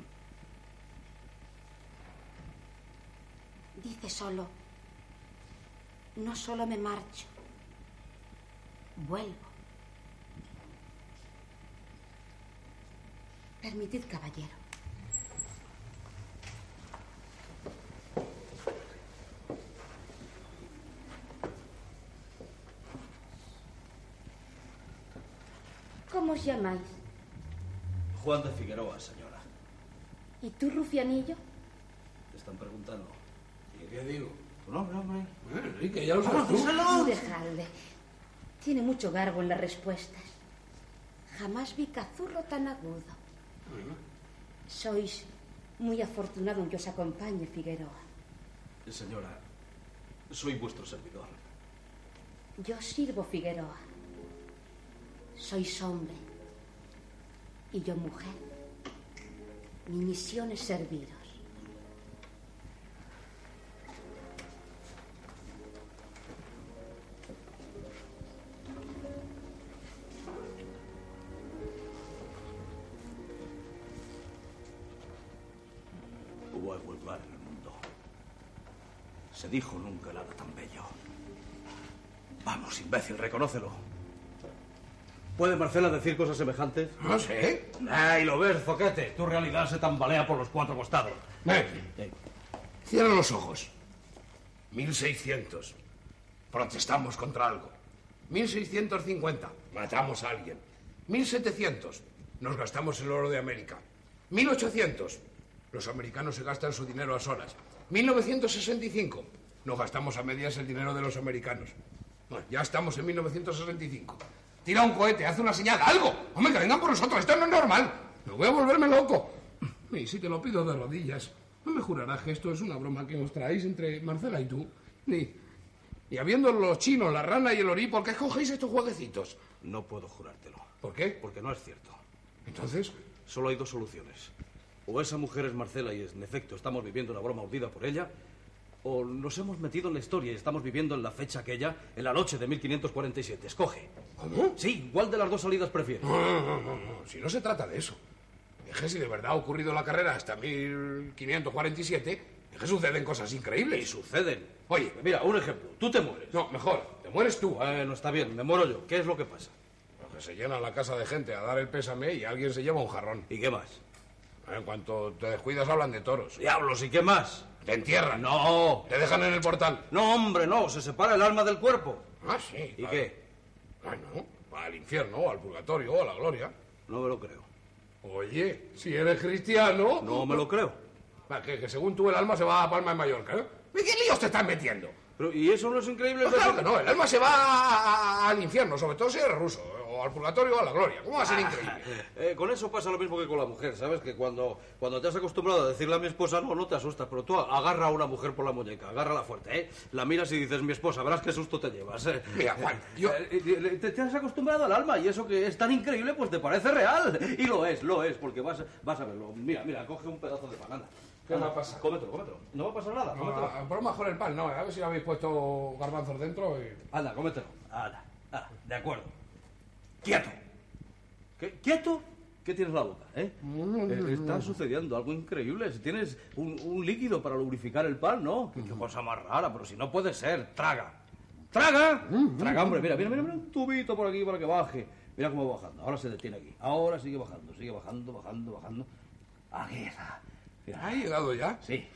Dice solo, no solo me marcho, vuelvo. Permitid, caballero. ¿Cómo os llamáis? Juan de Figueroa, señora. ¿Y tú, rufianillo? Te están preguntando. ¿Y qué digo? Tu nombre, hombre. Eh, Enrique, ya lo sabes tú. Dejadle. Tiene mucho garbo en las respuestas. Jamás vi cazurro tan agudo. Sois muy afortunado en que os acompañe, Figueroa. Señora, soy vuestro servidor. Yo sirvo, Figueroa. Sois hombre y yo mujer. Mi misión es serviros. Hubo algún lugar en el mundo. Se dijo nunca nada tan bello. Vamos, imbécil, reconócelo. ¿Puede Marcela decir cosas semejantes? No sé. Ay, lo ves, zoquete. Tu realidad se tambalea por los cuatro costados. Ven, cierra los ojos. 1600. Protestamos contra algo. 1650. Matamos a alguien. 1700. Nos gastamos el oro de América. 1800. Los americanos se gastan su dinero a solas. 1965. Nos gastamos a medias el dinero de los americanos. Bueno, ya estamos en 1965. Tira un cohete, haz una señal, algo. Hombre, que vengan por nosotros, esto no es normal. Me voy a volverme loco. Y si te lo pido de rodillas, no me jurarás que esto es una broma que os traéis entre Marcela y tú. Ni, y habiendo los chinos, la rana y el orí, ¿por qué escogéis estos jueguecitos? No puedo jurártelo. ¿Por qué? Porque no es cierto. Entonces, Solo hay dos soluciones. O esa mujer es Marcela y es, en efecto estamos viviendo una broma urdida por ella, o nos hemos metido en la historia y estamos viviendo en la fecha aquella, en la noche de 1547. Escoge. ¿cómo? Sí, ¿cuál de las dos salidas prefieres? No, no, no, no, no, si no se trata de eso. Es que si de verdad ha ocurrido la carrera hasta 1547, es que suceden cosas Y increíbles. suceden. Oye. mira, un ejemplo. Tú te mueres. No, mejor, te mueres tú. ¿eh? Bueno, está bien, me muero yo. ¿Qué es lo que pasa? Porque se llena la casa de gente a dar el pésame y alguien se lleva un jarrón. ¿Eh? ¿Y qué más? En cuanto te descuidas hablan de toros. Diablos, ¿y qué más? Te entierran, No. te dejan en el portal. No, hombre, no. Se separa el alma del cuerpo. Ah, sí. ¿Y claro. qué? Ah, no. Al infierno, o al purgatorio, o a la gloria. No me lo creo. Oye, si eres cristiano. No me lo creo. Va, Que, que según tú el alma se va a Palma de Mallorca, ¿eh? ¿Qué líos te estás metiendo? Pero, ¿Y eso no es increíble? Pues claro que no, el alma se va a- a- al infierno, sobre todo si eres ruso, ¿eh? o al purgatorio o a la gloria. ¿Cómo va a ser increíble? Eh, con eso pasa lo mismo que con la mujer, ¿sabes? Que cuando, cuando te has acostumbrado a decirle a mi esposa no, no te asustas, pero tú agarra a una mujer por la muñeca, agárrala fuerte, ¿eh? La miras y dices, mi esposa, verás qué susto te llevas, ¿eh? Mira, Juan, yo- Eh, eh, te, te has acostumbrado al alma y eso que es tan increíble, pues te parece real. Y lo es, lo es, porque vas, vas a verlo. Mira, mira, coge un pedazo de banana. ¿Qué Anda, va a pasar? Cómetelo, cómetelo. No va a pasar nada, cómetelo. Ah, por lo mejor el pan, no, a ver si le habéis puesto garbanzos dentro y... Anda, cómetelo. Anda, anda, de acuerdo. ¡Quieto! ¿Qué- ¿Quieto? ¿Qué tienes en la boca, eh? Eh, Está sucediendo algo increíble. Si tienes un, un líquido para lubrificar el pan, ¿no? Qué, qué cosa más rara, pero si no puede ser, traga. ¡Traga! ¡Traga, hombre! Mira, mira, mira, mira, un tubito por aquí para que baje. Mira cómo va bajando. Ahora se detiene aquí. Ahora sigue bajando, sigue bajando, bajando, bajando. Aquí está. Mira. ¿Ha llegado ya? Sí.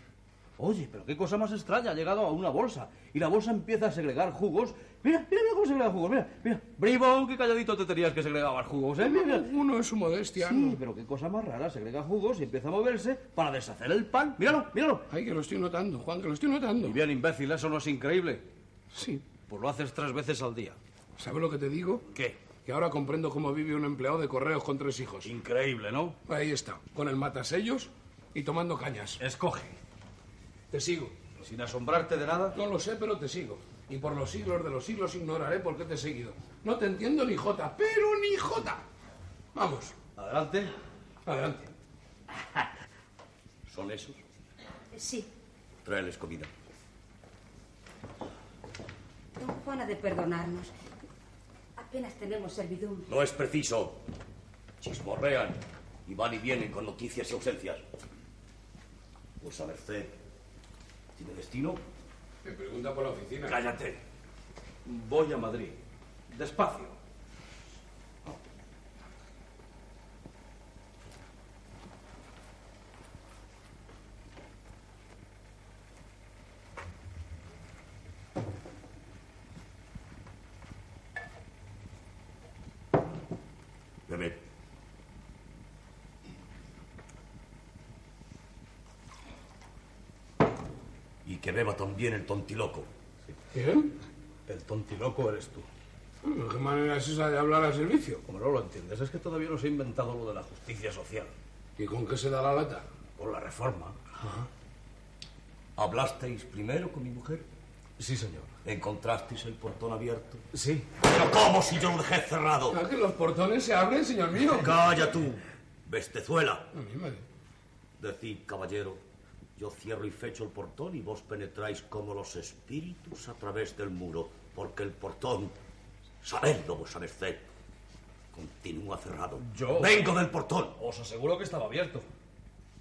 Oye, pero qué cosa más extraña. Ha llegado a una bolsa y la bolsa empieza a segregar jugos. Mira, mira, mira cómo segrega jugos. Mira, mira. Bribón, qué calladito te tenías que segregabas jugos, ¿eh? Mira, mira. Uno es su modestia, Sí, pero qué cosa más rara. Segrega jugos y empieza a moverse para deshacer el pan. Míralo, míralo. Ay, que lo estoy notando, Juan, que lo estoy notando. Y bien, imbécil, eso no es increíble. Sí. Pues lo haces tres veces al día. ¿Sabes lo que te digo? ¿Qué? Que ahora comprendo cómo vive un empleado de correos con tres hijos. Increíble, ¿no? Ahí está, con el matasellos y tomando cañas. Escoge. Te sigo. Sin asombrarte de nada. No lo sé, pero te sigo. Y por los siglos de los siglos ignoraré por qué te he seguido. No te entiendo ni jota, pero ni jota. Vamos, Adelante. adelante. ¿Son esos? Sí. Tráeles comida. Don Juan ha de perdonarnos. Apenas tenemos servidumbre. No es preciso. Chismorrean y van y vienen con noticias y ausencias. Pues a merced. ¿Tiene destino? Me pregunta por la oficina. Cállate. Voy a Madrid. Despacio. Bebé. Y que beba también el tontiloco. ¿Bien? El tontiloco eres tú. ¿Eh? ¿Qué manera es esa de hablar al servicio? Como no lo entiendes, es que todavía no se ha inventado lo de la justicia social. ¿Y con qué se da la lata? Por la reforma. ¿Hablasteis primero con mi mujer? Sí, señor. ¿Encontrasteis el portón abierto? Sí. ¿Pero cómo si yo lo dejé cerrado? ¿A que los portones se abren, señor mío? Calla tú, bestezuela. A mi madre. Decid, caballero, yo cierro y fecho el portón y vos penetráis como los espíritus a través del muro, porque el portón, sabedlo vuesa merced, continúa cerrado. Yo- Vengo del portón. Os aseguro que estaba abierto.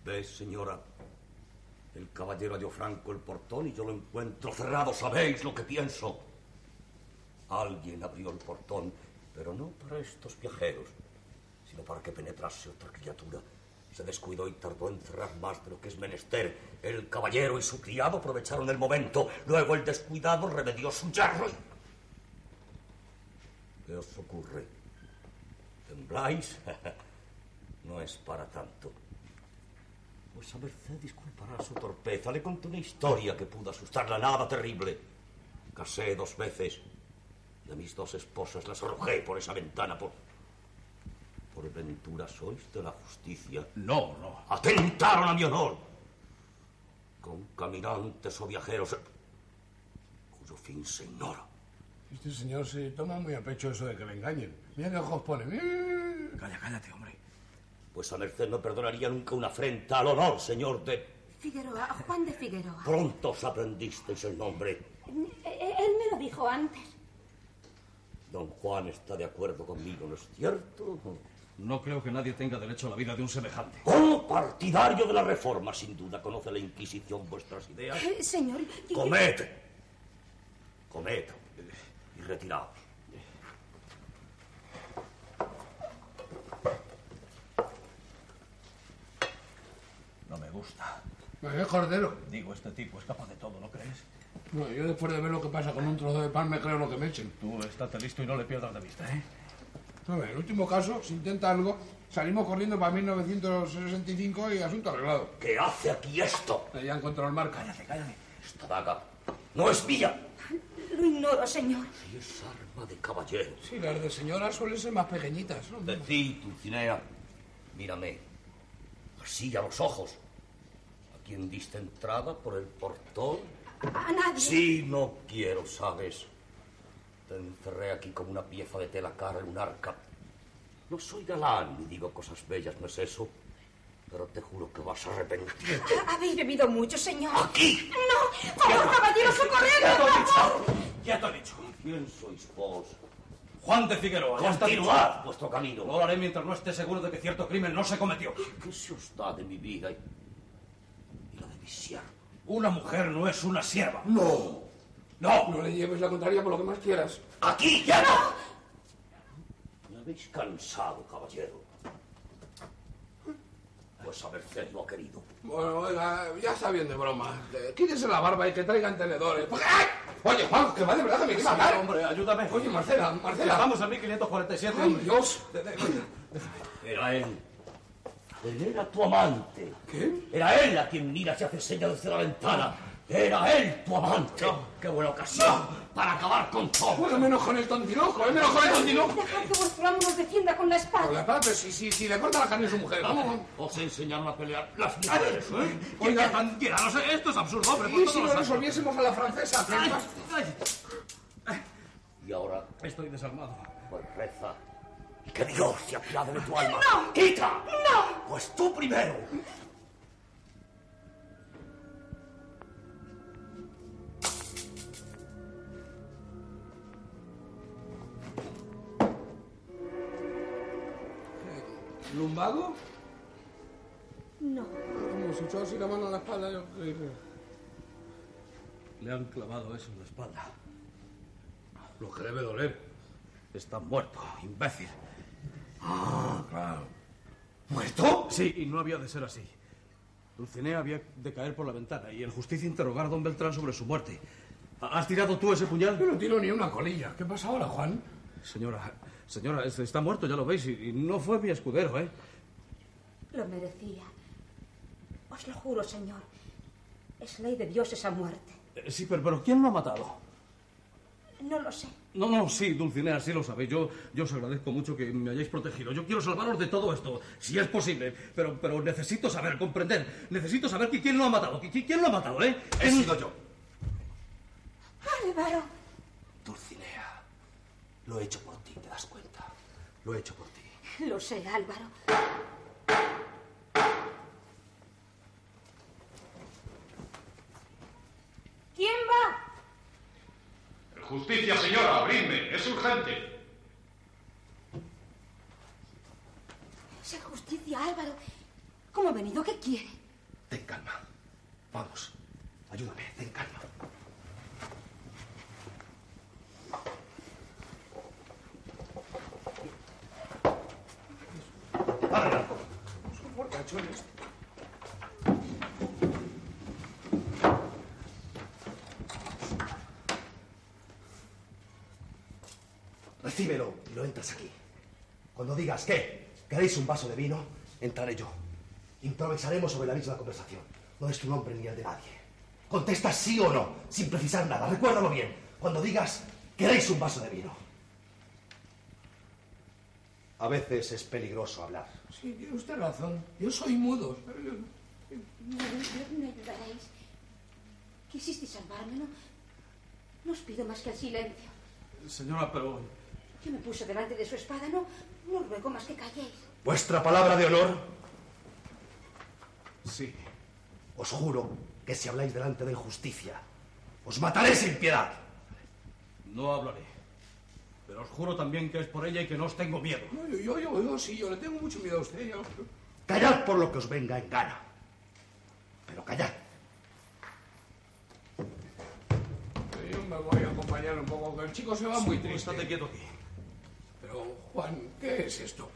¿Ves, señora? El caballero halló franco el portón y yo lo encuentro cerrado. ¿Sabéis lo que pienso? Alguien abrió el portón, pero no para estos viajeros, sino para que penetrase otra criatura. Se descuidó y tardó en cerrar más de lo que es menester. El caballero y su criado aprovecharon el momento. Luego el descuidado remedió su yerro. y- ¿Qué os ocurre? ¿Tembláis? no es para tanto. Pues a merced disculpará su torpeza. Le conté una historia que pudo asustarla nada terrible. Casé dos veces. Y a mis dos esposas las arrojé por esa ventana por... Por ventura sois de la justicia. No, no. Atentaron a mi honor. Con caminantes o viajeros eh, cuyo fin se ignora. Este señor se toma muy a pecho eso de que le engañen. Mira qué ojos pone. mira, mira, mira. Calla, cállate, hombre. Pues a merced no perdonaría nunca una afrenta al honor, señor de... Figueroa, Juan de Figueroa. Pronto os aprendisteis el nombre. Eh, Él me lo dijo antes. Don Juan está de acuerdo conmigo, ¿no es cierto? No creo que nadie tenga derecho a la vida de un semejante. Como partidario de la reforma, sin duda conoce la Inquisición vuestras ideas. Eh, Señor, y- Comed. Comed. Y retiraos. No me gusta. ¿Eh, Cordero? Digo, este tipo es capaz de todo, ¿no crees? No, yo después de ver lo que pasa con un trozo de pan me creo lo que me echen. Tú estate listo y no le pierdas de vista, ¿eh? A ver, el último caso, si intenta algo, salimos corriendo para 1965 y asunto arreglado. ¿Qué hace aquí esto? Ya encontrado el marca. Cállate, cállate. Esta daga no es mía. Lo ignoro, señor. Y es arma de caballero. Sí, las de señora suelen ser más pequeñitas. ¿no? De ti, Dulcinea, mírame. Así a los ojos. ¿A quién diste entrada por el portón? A nadie. Sí, no quiero, ¿sabes? Te encerré aquí como una pieza de tela cara en un arca. No soy galán ni digo cosas bellas, no es eso. Pero te juro que vas a arrepentirte. Habéis bebido mucho, señor. ¡Aquí! ¡No! ¡Por favor, caballero, socorredme, por favor! Ya te he dicho. ¿Quién sois vos? Juan de Figueroa, ya está dicho. Continuad vuestro camino. No lo haré mientras no esté seguro de que cierto crimen no se cometió. ¿Qué se os da de mi vida y, y la de mi siervo? Una mujer no es una sierva. ¡No! ¡No! No le lleves la contraria por lo que más quieras. ¡Aquí, ya no! Me habéis cansado, caballero. Vuesa merced lo ha querido. Bueno, oiga, ya está bien de broma. Eh, Quítese la barba y que traigan tenedores. ¡Ay! Oye, Juan, que va de verdad que me quiere matar. hombre, ayúdame. Oye, Marcela, Marcela. Vamos a 1547, ¡Ay, hombre. Dios! Era él. Él era tu amante. ¿Qué? Era él a quien miras y haces señas desde la ventana. Era él tu amante. ¡Qué buena ocasión para acabar con todo! Bueno, menos con el tontiloco, eh, menos con el tontiloco. Dejad que vuestro amo nos defienda con la Con espada. la pata, si, si, si le corta la carne a su mujer. Vamos, Os enseñaron a pelear las mujeres, ¿eh? Oiga. tan tirados? Esto es absurdo, hombre. por Y todos si los lo santos. resolviésemos a la francesa, que es más- Ay, Y ahora, Estoy desarmado. pues reza. Y que Dios se apiade de tu alma. ¡Quita! ¡No! Pues tú primero. ¿Lumbago? No. Como se echó así la mano a la espalda. yo creí que- Le han clavado eso en la espalda. Lo que debe doler. Está muerto, imbécil. Ah, ¿Muerto? Sí, y no había de ser así. Dulcinea había de caer por la ventana y el justicia interrogar a don Beltrán sobre su muerte. ¿Ha- ¿Has tirado tú ese puñal? Yo no tiro ni una colilla. ¿Qué pasa ahora, Juan? Señora, señora, este está muerto, ya lo veis, y, y no fue mi escudero, ¿eh? Lo merecía. Os lo juro, señor. Es ley de Dios esa muerte. Eh, Sí, pero, pero ¿quién lo ha matado? No lo sé. No, no, sí, Dulcinea, sí lo sabéis. Yo, yo os agradezco mucho que me hayáis protegido. Yo quiero salvaros de todo esto, si es posible. Pero, pero necesito saber, comprender. Necesito saber que quién lo ha matado. que- que- ¿Quién lo ha matado, eh? He sido yo. Álvaro. Dulcinea, lo he hecho por ti, ¿te das cuenta? Lo he hecho por ti. Lo sé, Álvaro. ¿Quién va? Justicia, señora, abridme, es urgente. Sea justicia, Álvaro. ¿Cómo ha venido? ¿Qué quiere? Ten calma. Vamos. Ayúdame, ten calma. Recíbelo y no entras aquí. Cuando digas que queréis un vaso de vino, entraré yo. Improvisaremos sobre la misma conversación. No es tu nombre ni el de nadie. Contesta sí o no, sin precisar nada. Recuérdalo bien. Cuando digas queréis un vaso de vino. A veces es peligroso hablar. Sí, tiene usted razón. Yo soy mudo. ¿Me ayudaréis? ¿Quisisteis salvarme, no? No os pido más que el silencio. Señora, pero. Yo me puse delante de su espada, no, no ruego más que calléis. Vuestra palabra de honor, Sí. os juro que si habláis delante del justicia, os mataré sin piedad. No hablaré. Pero os juro también que es por ella y que no os tengo miedo. No, yo, yo, yo, yo, sí, yo le tengo mucho miedo a usted. yo. Callad por lo que os venga en gana. Pero callad. Yo me voy a acompañar un poco, que el chico se va muy Tú Estate triste. quieto aquí. Pero, Juan, ¿qué es esto?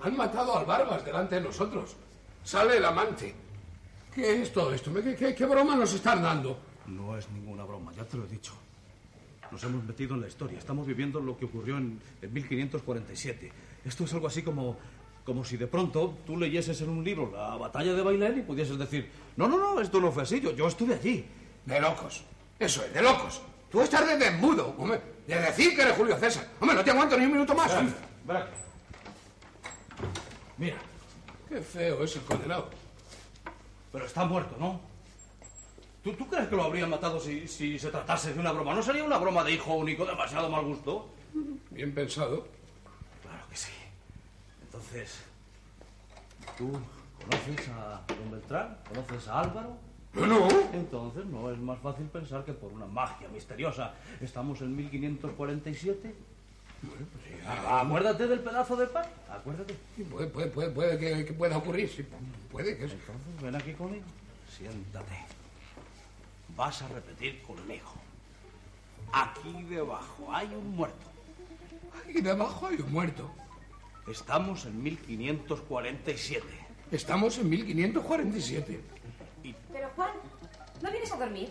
Han matado al Barbas delante de nosotros. Sale el amante. ¿Qué es todo esto? ¿Qué, qué, qué broma nos están dando? No es ninguna broma, ya te lo he dicho. Nos hemos metido en la historia. Estamos viviendo lo que ocurrió en, en 1547. Esto es algo así como, como si de pronto tú leyeses en un libro la batalla de Bailén y pudieses decir, no, no, no, esto no fue así, yo, yo estuve allí. De locos. Eso es, de locos. Tú estás de desmudo, hombre. De decir que eres Julio César. Hombre, no te aguanto ni un minuto más. Espera, hombre. espera aquí. Mira, Qué feo es el condenado. pero está muerto, ¿no? ¿Tú, tú crees que lo habrían matado si, si se tratase de una broma? ¿No sería una broma de hijo único demasiado mal gusto? Bien pensado. Claro que sí. Entonces, ¿tú conoces a don Beltrán? ¿Conoces a Álvaro? No. Entonces no es más fácil pensar que por una magia misteriosa estamos en 1547. pues Ah, Acuérdate del pedazo de pan, acuérdate. Sí, Puede, puede, puede, puede que, que pueda ocurrir. sí, puede que sí. Entonces ven aquí conmigo, siéntate. Vas a repetir conmigo. Aquí debajo hay un muerto. Aquí debajo hay un muerto. Estamos en 1547. Estamos en 1547. Pero Juan, ¿no vienes a dormir?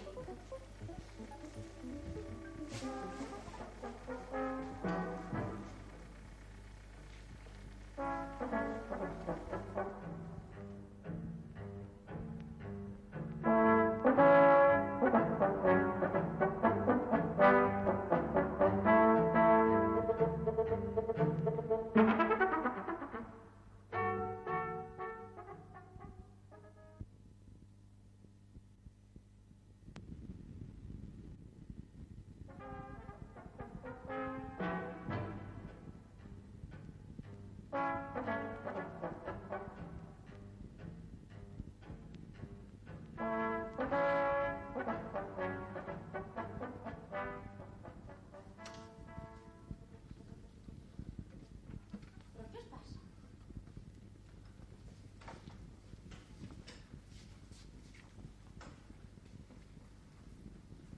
¿Pero qué os pasa?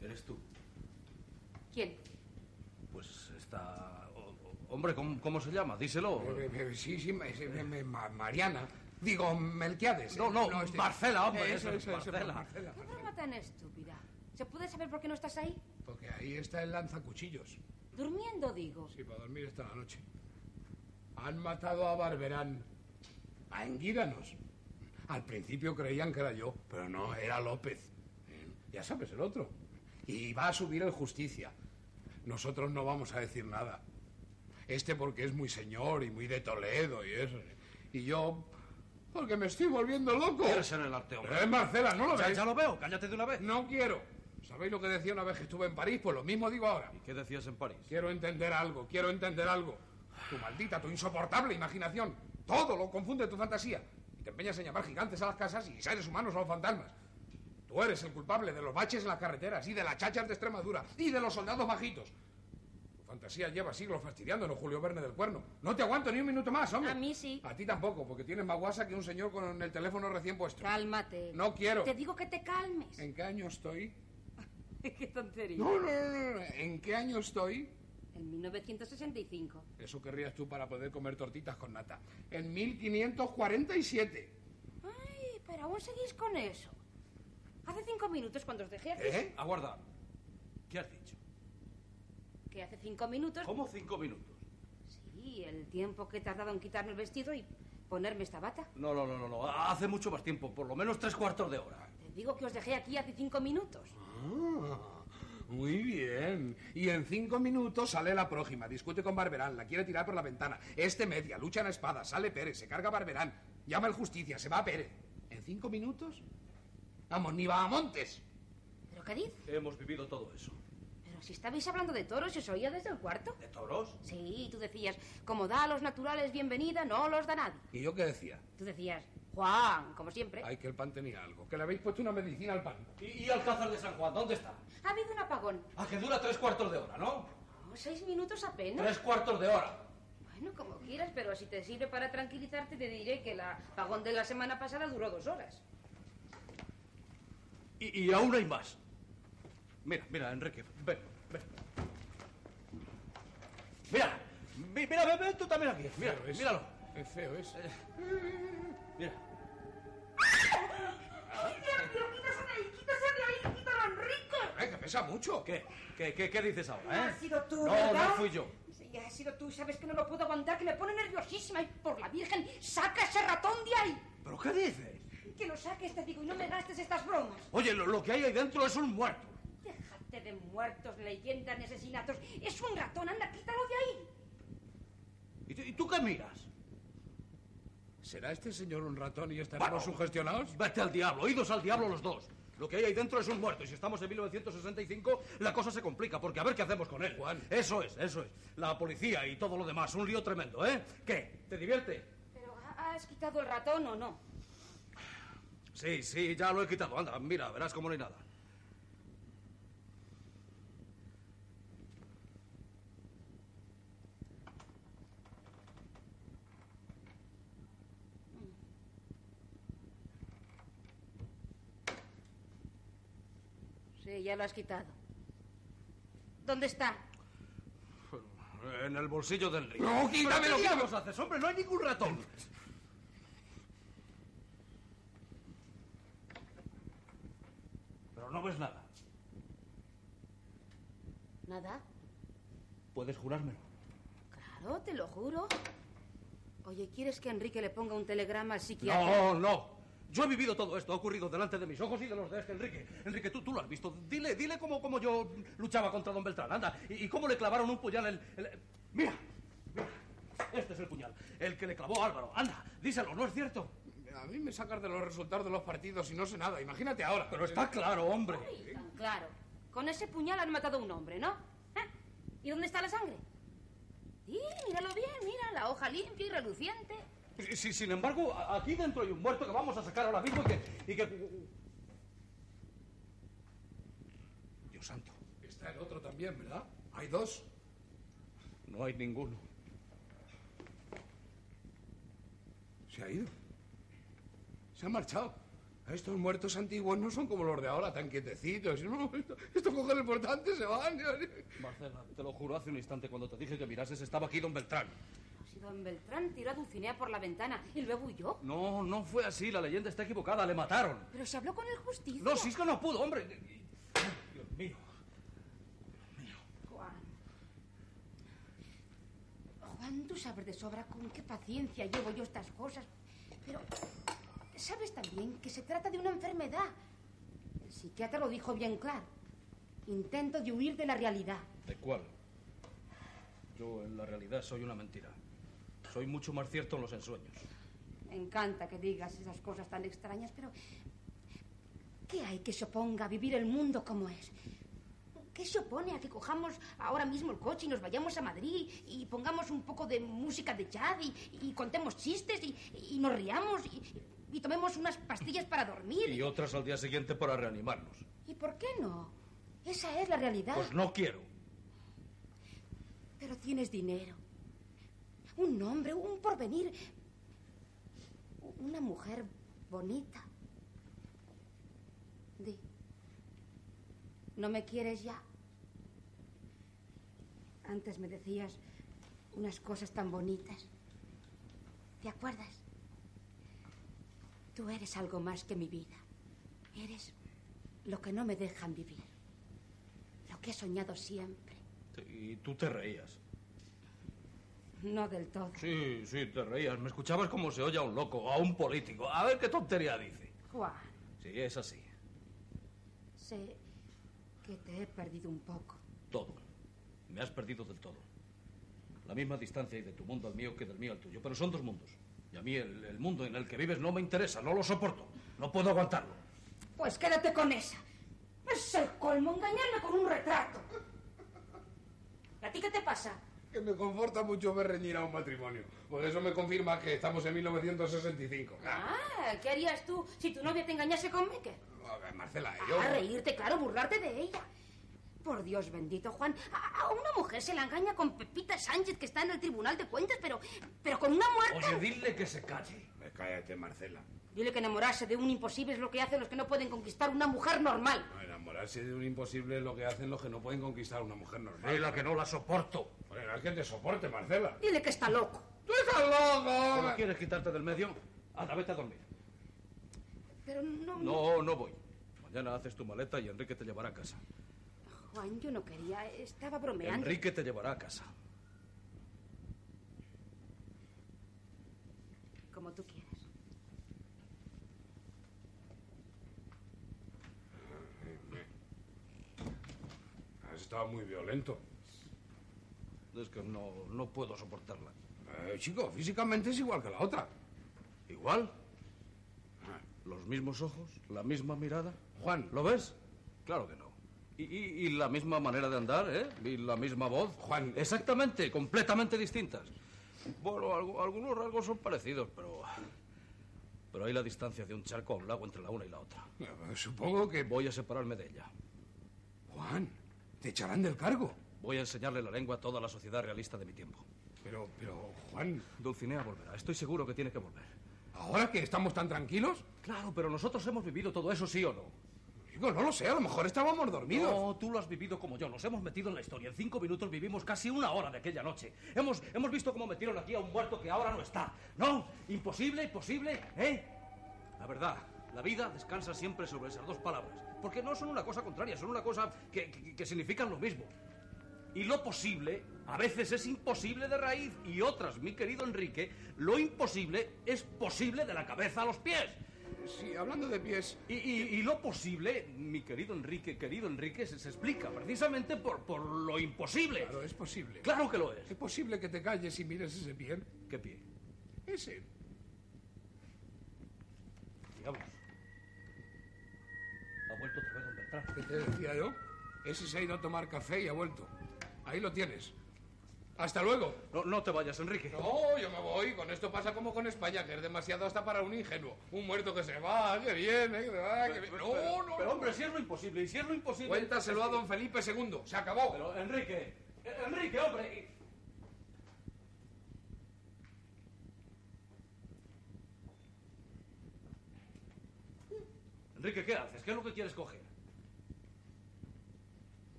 ¿Eres tú? ¿Quién? Pues está... o- o- Hombre, ¿cómo, cómo se llama? Díselo. Eh, eh, Sí, sí, ma- sí, me- me- ma- Mariana. Digo, Melquiades. eh. No, no, este- Marcela, hombre, Eh, eso, eso, Marcela. Marcela. ¿Qué broma tan estúpida? ¿Se puede saber por qué no estás ahí? Porque ahí está el lanzacuchillos. Durmiendo, digo. Sí, para dormir esta la noche. Han matado a Barberán, a Enguídanos. Al principio creían que era yo, pero no, era López. Eh, Ya sabes, el otro. Y va a subir el justicia. Nosotros no vamos a decir nada. Este porque es muy señor y muy de Toledo y eso. Y yo porque me estoy volviendo loco. Eres en el arte, Pero hombre. es Marcela, ¿no lo Ya, ves? ya lo veo, cállate de una vez. No quiero. ¿Sabéis lo que decía una vez que estuve en París? Pues lo mismo digo ahora. ¿Y qué decías en París? Quiero entender algo, quiero entender algo. Tu maldita, tu insoportable imaginación. Todo lo confunde tu fantasía. Y te empeñas en llamar gigantes a las casas y seres humanos a los fantasmas. Tú eres el culpable de los baches en las carreteras y de las chachas de Extremadura y de los soldados bajitos. Tu fantasía lleva siglos fastidiándonos, Julio Verne del Cuerno. No te aguanto ni un minuto más, hombre. A mí sí. A ti tampoco, porque tienes más guasa que un señor con el teléfono recién puesto. Cálmate. No quiero. Te digo que te calmes. ¿En qué año estoy? qué tontería. No, no, no, no. ¿En qué año estoy? En 1965. Eso querrías tú para poder comer tortitas con nata. En 1547. Ay, pero aún seguís con eso. Hace cinco minutos cuando os dejé aquí. ¿Eh? Aguarda. ¿Qué has dicho? Que hace cinco minutos. ¿Cómo cinco minutos? Sí, el tiempo que he tardado en quitarme el vestido y ponerme esta bata. No, no, no, no, no. Hace mucho más tiempo, por lo menos tres cuartos de hora. Te digo que os dejé aquí hace cinco minutos. Ah, muy bien. Y en cinco minutos sale la prójima, discute con Barberán, la quiere tirar por la ventana. Este media, lucha en espada, sale Pérez, se carga Barberán, llama el justicia, se va a Pérez. ¿En cinco minutos? Vamos, ni va a Montes. ¿Pero qué dices? Hemos vivido todo eso. Pero si estabais hablando de toros y os oía desde el cuarto. ¿De toros? Sí, tú decías, como da a los naturales bienvenida, no los da nadie. ¿Y yo qué decía? Tú decías, Juan, como siempre. Ay, que el pan tenía algo. Que le habéis puesto una medicina al pan. ¿Y, y Alcázar de San Juan? ¿Dónde está? Ha habido un apagón. A que dura tres cuartos de hora, ¿no? Oh, seis minutos apenas. Tres cuartos de hora. Bueno, como quieras, pero si te sirve para tranquilizarte, te diré que el apagón de la semana pasada duró dos horas. Y, y aún hay más. Mira, mira, Enrique, ven, ven. Mira, mi- mira, ven, ven tú también aquí. Mira, Eh, Eh, míralo. Es feo eso. Mira. eh, pesa mucho. ¿Qué? ¿Qué, qué, qué dices ahora, eh? Has sido tú, No, ¿verdad? no fui yo. Sí, has sido tú. Sabes que no lo puedo aguantar, que me pone nerviosísima. Y por la Virgen, saca ese ratón de ahí. ¿Pero qué dices? Que lo saques, te digo, y no me gastes estas bromas. Oye, lo, lo que hay ahí dentro es un muerto. Déjate de muertos, leyendas, ni asesinatos. Es un ratón, anda, quítalo de ahí. ¿Y, tú- y tú qué miras? ¿Será este señor un ratón y estaremos Bueno, sugestionados? Vete al diablo, oídos al diablo los dos. Lo que hay ahí dentro es un muerto y si estamos en 1965 la cosa se complica porque a ver qué hacemos con él. Juan. Eso es, eso es. La policía y todo lo demás, un lío tremendo, ¿eh? ¿Qué? ¿Te divierte? Pero, ¿ha- ¿has quitado el ratón o no? Sí, sí, ya lo he quitado. Anda, mira, verás como no hay nada. Sí, ya lo has quitado. ¿Dónde está? En el bolsillo del río. ¿Pero No, quítamelo, ¿Qué quítamelo. diablos haces, hombre? No hay ningún ratón. Pero no ves nada. Nada. Puedes jurármelo. Claro, te lo juro. Oye, ¿quieres que Enrique le ponga un telegrama al psiquiatra? No, no. Yo he vivido todo esto, ha ocurrido delante de mis ojos y de los de este Enrique. Enrique, tú, tú lo has visto. Dile, dile cómo, cómo yo luchaba contra don Beltrán, anda. Y, y cómo le clavaron un puñal el... el- Mira, mira, este es el puñal. El que le clavó a Álvaro, anda, díselo, ¿no es cierto? A mí me sacas de los resultados de los partidos y no sé nada. Imagínate ahora. Pero está claro, hombre. Claro. Con ese puñal han matado a un hombre, ¿no? ¿Eh? ¿Y dónde está la sangre? Sí, míralo bien, mira, la hoja limpia y reluciente. Si- si- sin embargo, a- aquí dentro hay un muerto que vamos a sacar ahora mismo y que... y que- Dios santo, Está el otro también, ¿verdad? Hay dos. no hay ninguno. Se ha ido. Se ha marchado. Estos muertos antiguos no son como los de ahora, tan quietecitos. No, esto- estos cogen el portante, se van. Marcela, te lo juro hace un instante cuando te dije que mirases, estaba aquí don Beltrán. Si don Beltrán tiró a Dulcinea por la ventana y luego huyó. No, no fue así. La leyenda está equivocada. Le mataron. Pero se habló con el justicia. No, Cisco no pudo, hombre. Dios mío. Juan. Juan, tú sabes de sobra con qué paciencia llevo yo estas cosas. Pero sabes también que se trata de una enfermedad. El psiquiatra lo dijo bien claro. Intento de huir de la realidad. ¿De cuál? Yo en la realidad soy una mentira. Soy mucho más cierto en los ensueños. Me encanta que digas esas cosas tan extrañas, pero ¿qué hay que se oponga a vivir el mundo como es? ¿Qué se opone a que cojamos ahora mismo el coche y nos vayamos a Madrid y pongamos un poco de música de jazz y, y contemos chistes y, y nos riamos y, y tomemos unas pastillas para dormir? Y otras al día siguiente para reanimarnos. ¿Y por qué no? Esa es la realidad. Pues no quiero. Pero tienes dinero. Un nombre, un porvenir. Una mujer bonita. Di. ¿No me quieres ya? Antes me decías unas cosas tan bonitas. ¿Te acuerdas? Tú eres algo más que mi vida. Eres lo que no me dejan vivir. Lo que he soñado siempre. Y tú te reías. No del todo. Sí, sí, te reías. Me escuchabas como se oye a un loco, a un político. A ver qué tontería dice. Juan, Sí, es así. sé que te he perdido un poco. Todo. Me has perdido del todo. La misma distancia hay de tu mundo al mío que del mío al tuyo, pero son dos mundos. Y a mí el, el mundo en el que vives no me interesa, no lo soporto, no puedo aguantarlo. Pues quédate con esa. Es el colmo engañarme con un retrato. ¿A ti qué te pasa? Que me conforta mucho ver reñir a un matrimonio. Pues eso me confirma que estamos en 1965. Ah, Ah, ¿qué harías tú si tu novia te engañase con Becker? a ver, Marcela, eh, yo... A reírte, claro, burlarte de ella. Por Dios bendito, Juan. A a una mujer se la engaña con Pepita Sánchez, que está en el Tribunal de Cuentas, pero, pero con una muerta. Oye, dile que se calle. Me cállate, Marcela. Dile que enamorarse de un imposible es lo que hacen los que no pueden conquistar una mujer normal. No, enamorarse de un imposible es lo que hacen los que no pueden conquistar a una mujer normal. Dile que no la soporto. Bueno, es que te soporte, Marcela. Dile que está loco. ¡Tú estás ¿No loco! quieres quitarte del medio? Anda, vete a dormir. Pero no, No, no voy. Mañana haces tu maleta y Enrique te llevará a casa. Juan, yo no quería. Estaba bromeando. Enrique te llevará a casa. Como tú quieras. Has estado Ah, muy violento. Es que no, no puedo soportarla. Eh, chico, físicamente es igual que la otra. ¿Igual? Ah, ¿Los mismos ojos? ¿La misma mirada? Juan, ¿lo ves? Claro que no. Y, y- y la misma manera de andar, ¿eh? Y la misma voz. Juan. Exactamente, completamente distintas. Bueno, algu- algunos rasgos son parecidos, pero. Pero hay la distancia de un charco a un lago entre la una y la otra. Eh, Supongo que. Voy a separarme de ella. Juan, te echarán del cargo. Voy a enseñarle la lengua a toda la sociedad realista de mi tiempo. Pero, pero, Juan. Dulcinea volverá. Estoy seguro que tiene que volver. ¿Ahora que estamos tan tranquilos? Claro, pero nosotros hemos vivido todo eso, ¿sí o no? Digo, no lo sé, a lo mejor estábamos dormidos. No, tú lo has vivido como yo. Nos hemos metido en la historia. En cinco minutos vivimos casi una hora de aquella noche. Hemos, hemos visto cómo metieron aquí a un muerto que ahora no está. No, imposible, imposible, ¿eh? La verdad, la vida descansa siempre sobre esas dos palabras. Porque no son una cosa contraria, son una cosa que, que- que significan lo mismo. Y lo posible a veces es imposible de raíz y otras, mi querido Enrique, lo imposible es posible de la cabeza a los pies. Sí, hablando de pies. Y, y- y lo posible, mi querido Enrique, querido Enrique, se, se explica precisamente por, por lo imposible. Claro, es posible. Claro que lo es. ¿Es posible que te calles y mires ese pie? ¿Qué pie? Ese. Digamos. Ha vuelto otra vez don Beltrán. ¿Qué te decía yo? Ese se ha ido a tomar café y ha vuelto. Ahí lo tienes. Hasta luego. No, no te vayas, Enrique. No, yo me voy. Con esto pasa como con España, que es demasiado hasta para un ingenuo. Un muerto que se va, que viene, que va, que viene. No, no, Pero no. hombre, si es lo imposible, y si es lo imposible... Cuéntaselo a don Felipe II. Se acabó. Pero, Enrique, eh, Enrique, hombre... Enrique, ¿qué haces? ¿Qué es lo que quieres coger?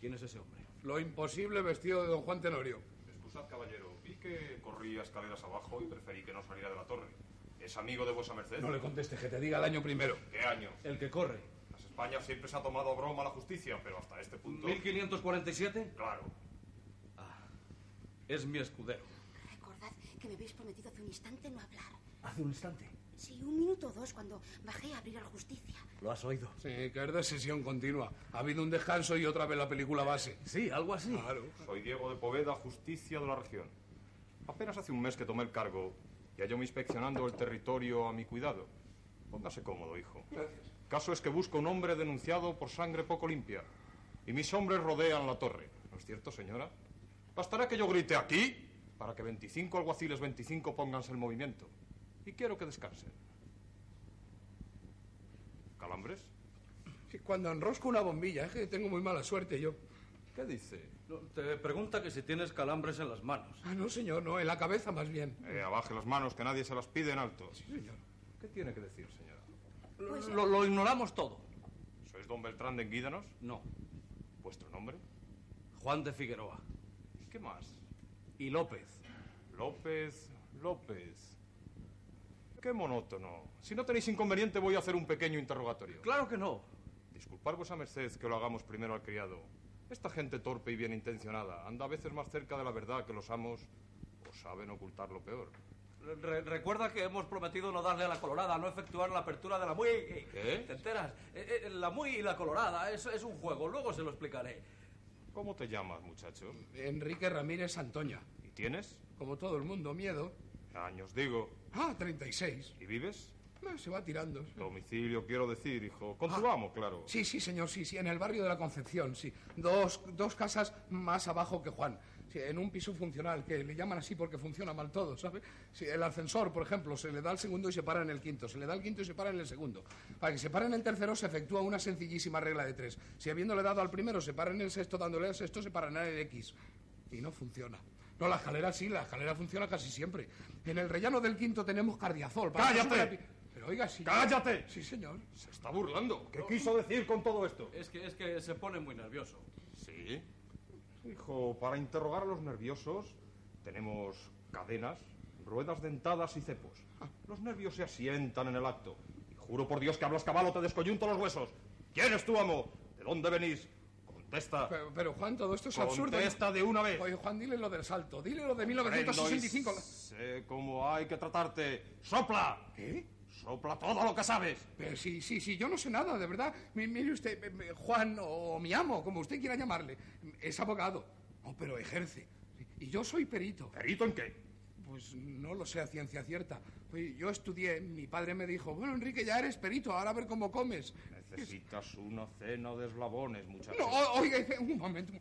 ¿Quién es ese hombre? Lo imposible vestido de don Juan Tenorio. Excusad, caballero. Vi que corría escaleras abajo y preferí que no saliera de la torre. ¿Es amigo de vuesa merced? No le contestes, que te diga el año primero. ¿Qué año? El que corre. Las Españas siempre se ha tomado a broma la justicia, pero hasta este punto... ¿1547? Claro. Es mi escudero. Recordad que me habéis prometido hace un instante no hablar. Hace un instante. Sí, un minuto o dos cuando bajé a abrir a la justicia. ¿Lo has oído? Sí, que es de sesión continua. Ha habido un descanso y otra vez la película base. Sí, algo así. Claro. Soy Diego de Poveda, justicia de la región. Apenas hace un mes que tomé el cargo y hallo me inspeccionando el territorio a mi cuidado. Póngase cómodo, hijo. Caso es que busco un hombre denunciado por sangre poco limpia. Y mis hombres rodean la torre. ¿No es cierto, señora? Bastará que yo grite aquí para que 25 alguaciles 25 pónganse en movimiento. Y quiero que descansen. ¿Calambres? Sí, Cuando enrosco una bombilla, es que tengo muy mala suerte yo. ¿Qué dice? Te pregunta que si tienes calambres en las manos. Ah, no, señor, no, en la cabeza más bien. Eh, abaje las manos, que nadie se las pide en alto. Señor. ¿Qué tiene que decir, señora? Lo, lo ignoramos todo. ¿Sois don Beltrán de Enguídanos? No. ¿Vuestro nombre? Juan de Figueroa. ¿Qué más? Y López. López, López. Qué monótono. Si no tenéis inconveniente, voy a hacer un pequeño interrogatorio. Claro que no. Disculpad vuesa merced que lo hagamos primero al criado. Esta gente torpe y bien intencionada anda a veces más cerca de la verdad que los amos o saben ocultar lo peor. Re- recuerda que hemos prometido no darle a la colorada, no efectuar la apertura de la muy... ¿Qué? ¿Te enteras? Eh, eh, la muy y la colorada, eso es un juego, luego se lo explicaré. ¿Cómo te llamas, muchacho? Enrique Ramírez Antoña. ¿Y tienes? Como todo el mundo, miedo. Años digo. Ah, 36. ¿Y vives? No, Ah, se va tirando. Domicilio, quiero decir, hijo. Con tu amo, claro. Sí, sí, señor, sí, sí, en el barrio de la Concepción, sí. Dos, dos casas más abajo que Juan. Sí, en un piso funcional, que le llaman así porque funciona mal todo, ¿sabe? Sí, el ascensor, por ejemplo, se le da el segundo y se para en el quinto. Se le da el quinto y se para en el segundo. Para que se pare en el tercero se efectúa una sencillísima regla de tres. Si habiéndole dado al primero se para en el sexto, dándole al sexto se para en el X. Y no funciona. No, la escalera sí, la escalera funciona casi siempre. En el rellano del quinto tenemos cardiazol. para que ¡Cállate! suba la pi- Pero oiga, sí. ¡Cállate! Sí, señor. Se está burlando. ¿Qué quiso decir con todo esto? Es que, es que se pone muy nervioso. Sí. Hijo, para interrogar a los nerviosos tenemos cadenas, ruedas dentadas y cepos. Ah, Los nervios se asientan en el acto. Y juro por Dios que hablas caballo, te descoyunto los huesos. ¿Quién es tu amo? ¿De dónde venís? Contesta. Pero, pero, Juan, todo esto es absurdo. ¿eh? Contesta de una vez. Oye, Juan, dile lo del salto. Dile lo de 1965. Aprendo y Sé cómo hay que tratarte. ¡Sopla! ¿Qué? ¡Sopla todo lo que sabes! Pero sí, sí, sí, yo no sé nada, de verdad. Mi- Mire usted, me- me- Juan o, o mi amo, como usted quiera llamarle, es abogado. No, pero ejerce. Y yo soy perito. ¿Perito en qué? Pues no lo sé a ciencia cierta. Oye, Yo estudié, mi padre me dijo, bueno, Enrique, ya eres perito, ahora a ver cómo comes. Necesitas una cena de eslabones, muchacho. No, o- oiga, un momento.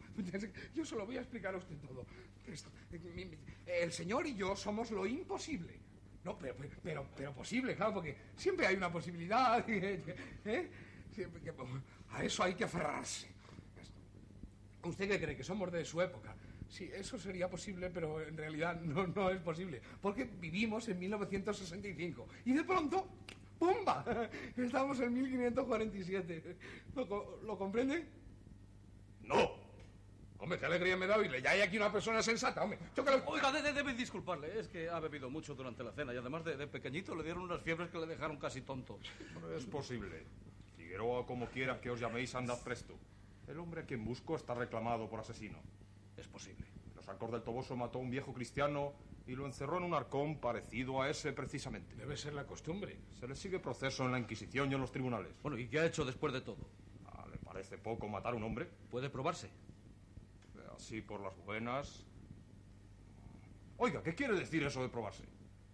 Yo se lo voy a explicar a usted todo. Esto, eh, mi- mi- El señor y yo somos lo imposible. No, pero, pero- pero, pero posible, claro, porque siempre hay una posibilidad. ¿eh? Siempre que- a eso hay que aferrarse. ¿Usted qué cree? Que somos de su época. Sí, eso sería posible, pero en realidad no, no es posible. Porque vivimos en 1965. Y de pronto, ¡pumba! Estamos en 1547. ¿Lo, co- lo comprende? ¡No! Hombre, qué alegría me da oírle. Ya hay aquí una persona sensata, hombre. Yo que lo- Oiga, de- de- debe disculparle, es que ha bebido mucho durante la cena y además de, de pequeñito le dieron unas fiebres que le dejaron casi tonto. No es posible. Figueroa, como quiera que os llaméis, andad presto. El hombre a quien busco está reclamado por asesino. Es posible. Los arcos del Toboso mató a un viejo cristiano y lo encerró en un arcón parecido a ese precisamente. Debe ser la costumbre. Se le sigue proceso en la Inquisición y en los tribunales. Bueno, ¿y qué ha hecho después de todo? Ah, ¿Le parece poco matar a un hombre? Puede probarse. Así por las buenas. Oiga, ¿qué quiere decir eso de probarse?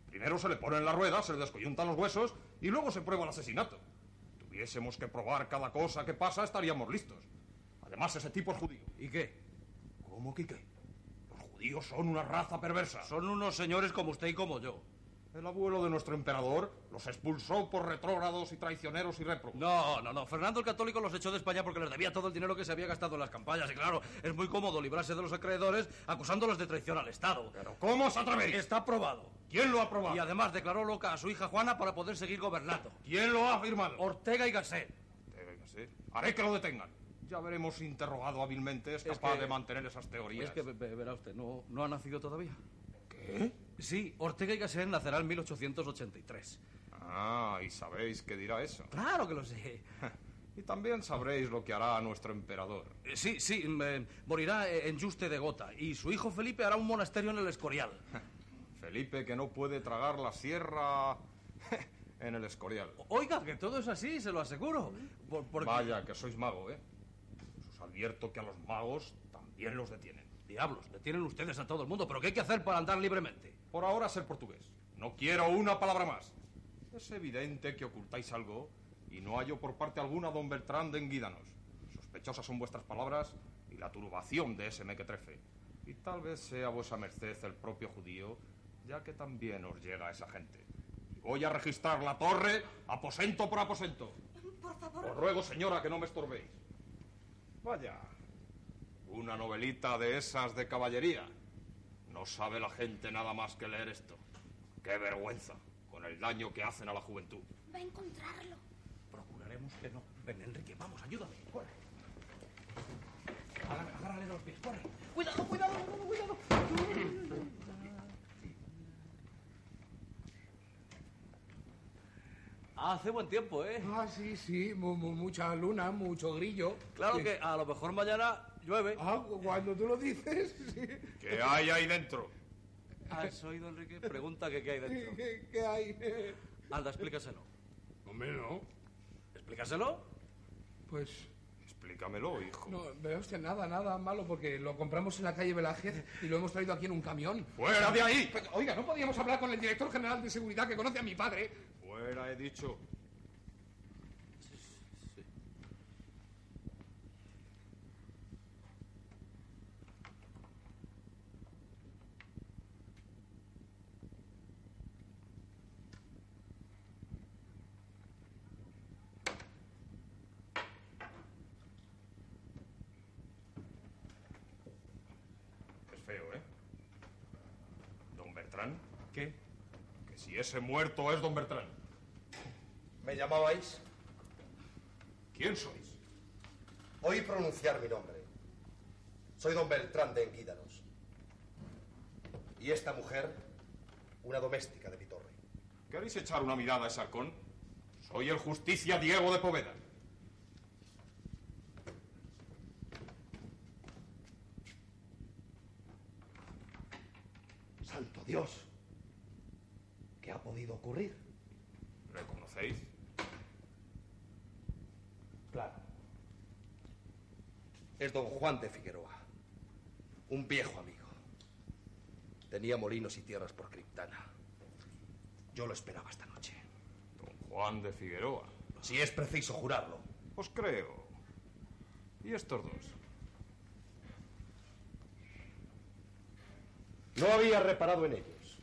Primero se le ponen las ruedas, se le descoyuntan los huesos y luego se prueba el asesinato. Tuviésemos que probar cada cosa que pasa, estaríamos listos. Además, ese tipo es judío. ¿Y qué? ¿Cómo que qué? Los judíos son una raza perversa. Son unos señores como usted y como yo. El abuelo de nuestro emperador los expulsó por retrógrados y traicioneros y réprobos. No, no, no. Fernando el Católico los echó de España porque les debía todo el dinero que se había gastado en las campañas. Y claro, es muy cómodo librarse de los acreedores acusándolos de traición al Estado. ¿Pero cómo os atrevéis? Está probado. ¿Quién lo ha Y probado? además declaró loca a su hija Juana para poder seguir gobernando. ¿Quién lo ha afirmado? Ortega y Gasset. Debe ser. Eh, Haré que lo detengan. Ya veremos si interrogado hábilmente es Es capaz que- de mantener esas teorías. Es que, ve- ve- verá usted, no, no ha nacido todavía. ¿Qué? Sí, Ortega y Gasset nacerá en 1883. Ah, y sabéis que dirá eso. Claro que lo sé. Y también sabréis lo que hará a nuestro emperador. Eh, Sí, sí, me- morirá eh, en Yuste de Gota y su hijo Felipe hará un monasterio en el Escorial. Felipe que no puede tragar la sierra en el Escorial. Oiga, que todo es así, se lo aseguro. Por- porque- Vaya, que sois mago, ¿eh? Os advierto que a los magos también los detienen. Diablos, detienen ustedes a todo el mundo, pero ¿qué hay que hacer para andar libremente? Por ahora ser portugués. No quiero una palabra más. Es evidente que ocultáis algo y no hallo por parte alguna a don Bertrán de Enguídanos. Sospechosas son vuestras palabras y la turbación de ese mequetrefe. Y tal vez sea vuesa merced el propio judío, ya que también os llega esa gente. Y Voy a registrar la torre aposento por aposento. Por favor, Os ruego, señora, que no me estorbéis. Vaya, una novelita de esas de caballería. No sabe la gente nada más que leer esto. Qué vergüenza, con el daño que hacen a la juventud. va a encontrarlo. Procuraremos que no. Ven, Enrique, vamos, ayúdame. Corre. Agárrale, agárrale los pies, corre. Cuidado, cuidado, cuidado, cuidado. Hace buen tiempo, ¿eh? Ah, sí, sí, mu- mu- mucha luna, mucho grillo. Claro Sí. que a lo mejor mañana llueve. Ah, cu- cuando tú lo dices, sí. ¿Qué hay ahí dentro? Ah, ¿Has oído, Enrique? Pregunta que qué hay dentro. ¿Qué, qué hay? Alda, explícaselo. Hombre, no. ¿Explícaselo? Pues Explícamelo, hijo. no, veo usted nada, nada malo, porque lo compramos en la calle Velázquez y lo hemos traído aquí en un camión. ¡Fuera de ahí! Pero, Oiga, ¿no podíamos hablar con el director general de seguridad que conoce a mi padre? Fuera, he dicho. Es feo, ¿eh? Don Bertrán, ¿Qué? que si ese muerto es don Bertrán. ¿Me llamabais? ¿Quién sois? Oí pronunciar mi nombre. Soy don Beltrán de Enguídanos. Y esta mujer, una doméstica de mi torre. ¿Queréis echar una mirada a ese halcón? Soy el justicia Diego de Poveda. Santo Dios. ¿Qué ha podido ocurrir? ¿Le conocéis? Claro. Es don Juan de Figueroa, un viejo amigo. Tenía molinos y tierras por Criptana. Yo lo esperaba esta noche. Juan de Figueroa. Si es preciso jurarlo. Os creo. ¿Y estos dos? No había reparado en ellos.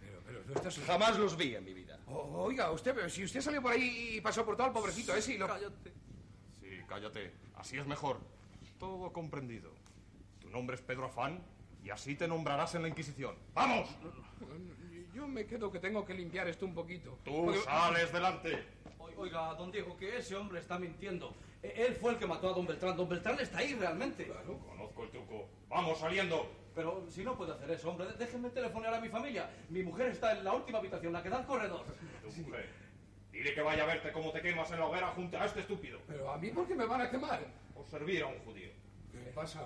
Pero, pero, no estás... Jamás los vi en mi vida. O- oiga, usted, pero si usted salió por ahí y pasó por todo el pobrecito ese y lo... Sí, cállate. Así es mejor. Todo comprendido. Tu nombre es Pedro Afán y así te nombrarás en la Inquisición. ¡Vamos! Yo me quedo que tengo que limpiar esto un poquito. Tú Porque- sales delante. O- Oiga, don Diego, que ese hombre está mintiendo. E- Él fue el que mató a don Beltrán. Don Beltrán está ahí realmente. Conozco el truco. ¡Vamos saliendo! Pero si no puede hacer eso, hombre, de- déjenme telefonear a mi familia. Mi mujer está en la última habitación, la que da al corredor. Tu mujer. Dile que vaya a verte cómo te quemas en la hoguera junto a este estúpido. Pero a mí, ¿por qué me van a quemar? O servir a un judío. ¿Qué le pasa,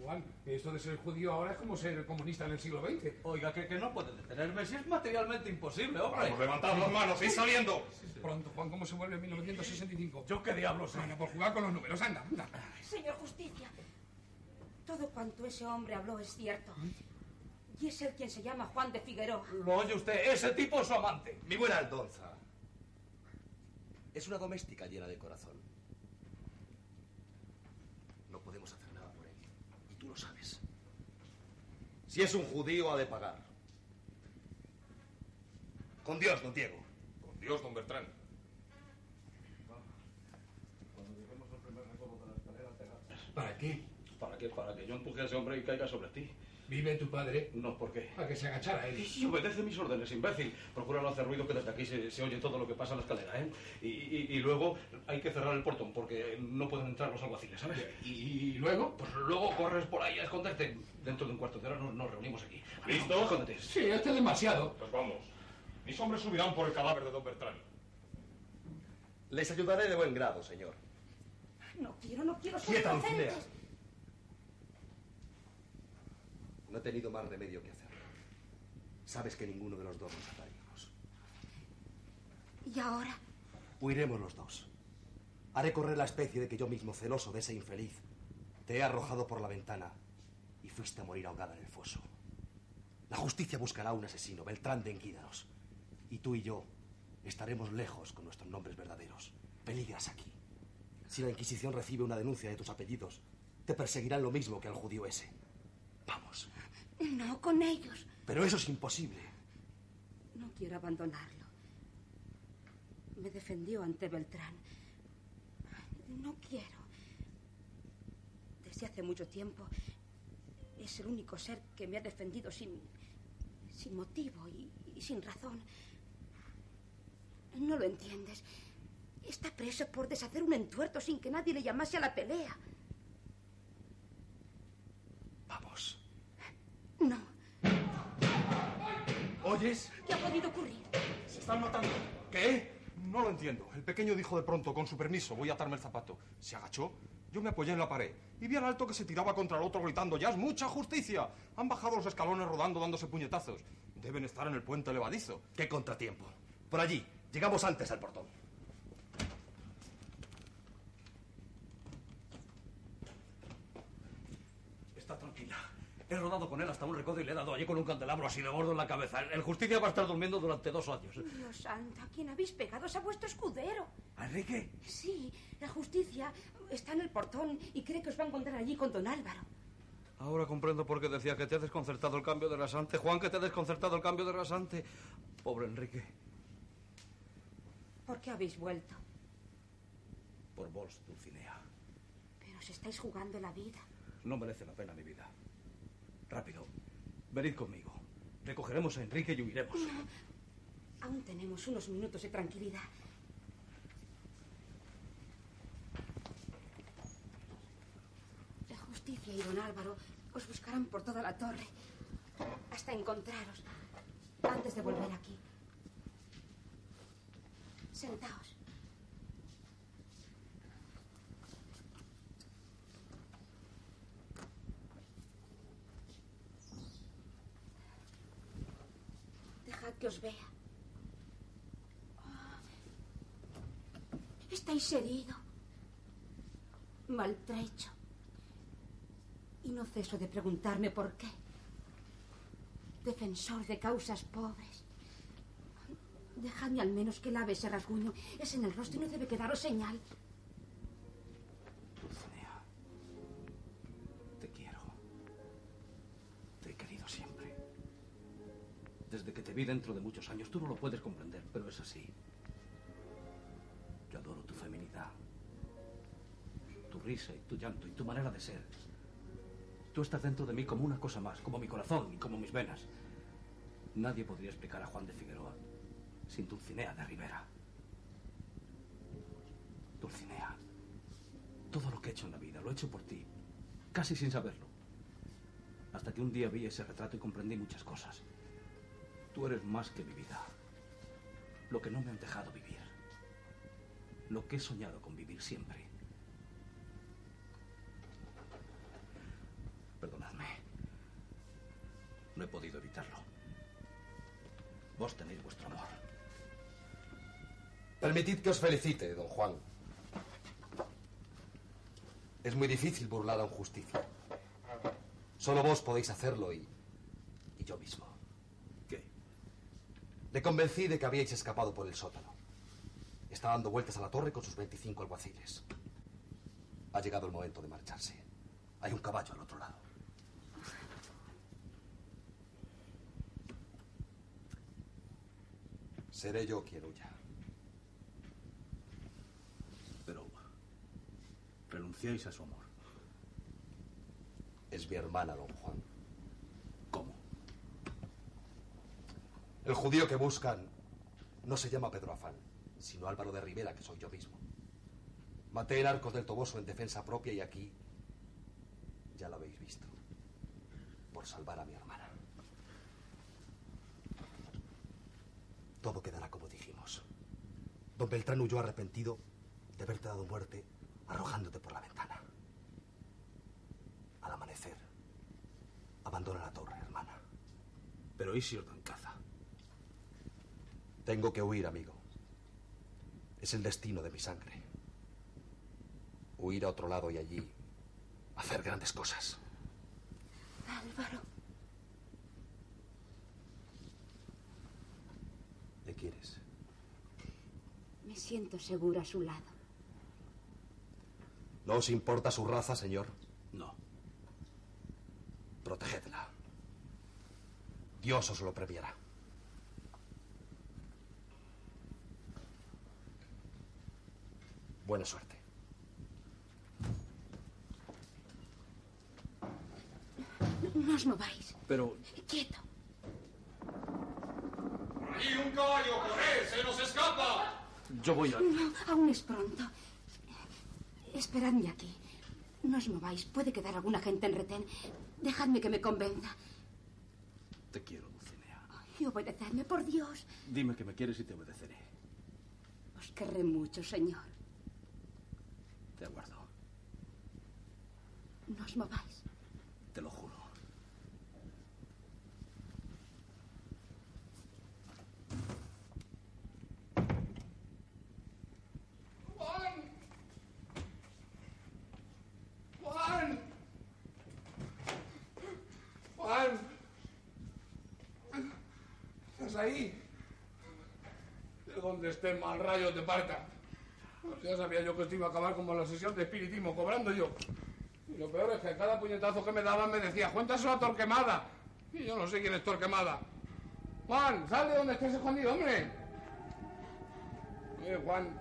Juan? Esto de ser judío ahora es como ser comunista en el siglo XX. Oiga, que, que no puede detenerme si es materialmente imposible, hombre. Vamos, levantad las manos y saliendo. Pronto, Juan, ¿cómo se vuelve en 1965? Yo qué diablos. Bueno, por jugar con los números, anda, anda. Señor Justicia, todo cuanto ese hombre habló es cierto. Y es él quien se llama Juan de Figueroa. Lo oye usted, ese tipo es su amante. Mi buena Aldonza. Es una doméstica llena de corazón. No podemos hacer nada por él. Y tú lo sabes. Si es un judío, ha de pagar. Con Dios, don Diego. Con Dios, don Bertrán. ¿Para qué? ¿Para qué? Para que yo empuje a ese hombre y caiga sobre ti. Vive tu padre No, ¿por qué? para que se agachara él. Y obedece mis órdenes, imbécil. Procura no hacer ruido que desde aquí se, se oye todo lo que pasa en la escalera, ¿eh? Y, y- y luego hay que cerrar el portón porque no pueden entrar los alguaciles, ¿sabes? Y, y luego, pues luego corres por ahí a esconderte. Dentro de un cuarto de hora nos, nos reunimos aquí. ¿Listo? Escóndete. Sí, este es demasiado. Pues vamos. Mis hombres subirán por el cadáver de don Bertrán. Les ayudaré de buen grado, señor. No quiero, no quiero ser Quieta, Dulcinea. inocentes. No he tenido más remedio que hacerlo. Sabes que ninguno de los dos nos ataríamos. Y ahora, Huiremos los dos. Haré correr la especie de que yo mismo, celoso de ese infeliz, te he arrojado por la ventana y fuiste a morir ahogada en el foso. La justicia buscará un asesino, Beltrán de Enguídanos. Y tú y yo estaremos lejos con nuestros nombres verdaderos. Peligras aquí. Si la Inquisición recibe una denuncia de tus apellidos, te perseguirán lo mismo que al judío ese. Vamos. no con ellos. Pero eso es imposible. No quiero abandonarlo. Me defendió ante Beltrán. No quiero. Desde hace mucho tiempo es el único ser que me ha defendido sin, sin motivo y, y sin razón. No lo entiendes. Está preso por deshacer un entuerto sin que nadie le llamase a la pelea. Vamos. No, ¿Oyes? ¿qué ha podido ocurrir? Se están matando. ¿Qué? No lo entiendo. El pequeño dijo de pronto, con su permiso, voy a atarme el zapato. Se agachó. Yo me apoyé en la pared y vi al alto que se tiraba contra el otro gritando, ya es mucha justicia. Han bajado los escalones rodando, dándose puñetazos. Deben estar en el puente levadizo. ¡Qué contratiempo! Por allí. Llegamos antes al portón. Está tranquila. He rodado con él hasta un recodo y le he dado allí con un candelabro así de gordo en la cabeza. El el justicia va a estar durmiendo durante dos años. Dios santo, ¿a quién habéis pegado? Es a vuestro escudero. ¿Enrique? Sí, la justicia está en el portón y cree que os va a encontrar allí con don Álvaro. Ahora comprendo por qué decía que te ha desconcertado el cambio de rasante. Juan, que te ha desconcertado el cambio de rasante. Pobre Enrique. ¿Por qué habéis vuelto? Por vos, Dulcinea. Pero os estáis jugando la vida. No merece la pena mi vida. Rápido, venid conmigo. Recogeremos a Enrique y huiremos. Aún tenemos unos minutos de tranquilidad. La justicia y don Álvaro os buscarán por toda la torre hasta encontraros antes de volver aquí. Sentaos. Deja que os vea. Estáis herido, maltrecho. Y no ceso de preguntarme por qué. Defensor de causas pobres. Dejadme al menos que lave ese rasguño. Es en el rostro y no debe quedaros señal. Te quiero. Te he querido siempre. Desde que te vi dentro de muchos años, tú no lo puedes comprender, pero es así. Yo adoro tu feminidad, tu risa y tu llanto y tu manera de ser. Tú estás dentro de mí como una cosa más, como mi corazón y como mis venas. Nadie podría explicar a Juan de Figueroa sin Dulcinea de Rivera. Dulcinea, todo lo que he hecho en la vida lo he hecho por ti, casi sin saberlo. Hasta que un día vi ese retrato y comprendí muchas cosas. Tú eres más que mi vida. Lo que no me han dejado vivir. Lo que he soñado con vivir siempre. Perdonadme. No he podido evitarlo. Vos tenéis vuestro amor. Permitid que os felicite, don Juan. Es muy difícil burlar a un justicia. Solo vos podéis hacerlo y. y yo mismo. ¿Qué? Le convencí de que habíais escapado por el sótano. Está dando vueltas a la torre con sus 25 alguaciles. Ha llegado el momento de marcharse. Hay un caballo al otro lado. Seré yo quien huya. Pero. renunciáis a su amor. Es mi hermana, don Juan. ¿Cómo? El judío que buscan no se llama Pedro Afán, sino Álvaro de Rivera, que soy yo mismo. Maté el arco del Toboso en defensa propia y aquí ya lo habéis visto. Por salvar a mi hermana. Todo quedará como dijimos. Don Beltrán huyó arrepentido de haberte dado muerte arrojándote por la ventana. Al amanecer, abandona la torre, hermana. Pero ¿y si os dan caza? Tengo que huir, amigo. Es el destino de mi sangre. Huir a otro lado y allí hacer grandes cosas. Álvaro. ¿Le quieres? Me siento segura a su lado. ¿No os importa su raza, señor? No. Protegedla. Dios os lo premiará. Buena suerte. No os mováis. Pero. Quieto. ¡Y un caballo! ¡Corre! ¡Se nos escapa! Yo voy a. No, aún es pronto. Esperadme aquí. No os mováis. Puede quedar alguna gente en retén. Dejadme que me convenza. Te quiero, Dulcinea. Y obedecedme, por Dios. Dime que me quieres y te obedeceré. Os querré mucho, señor. Te aguardo. No os mováis. Te lo juro. ¡Juan! ¡Juan! ¡Juan! ¿Estás ahí? De donde esté mal rayo te parta. Pues Ya sabía yo que esto iba a acabar como la sesión de espiritismo, cobrando yo. Y lo peor es que a cada puñetazo que me daban me decía, cuéntaselo a Torquemada. Y yo no sé quién es Torquemada. Juan, sal de donde estés escondido, hombre. Oye, Juan,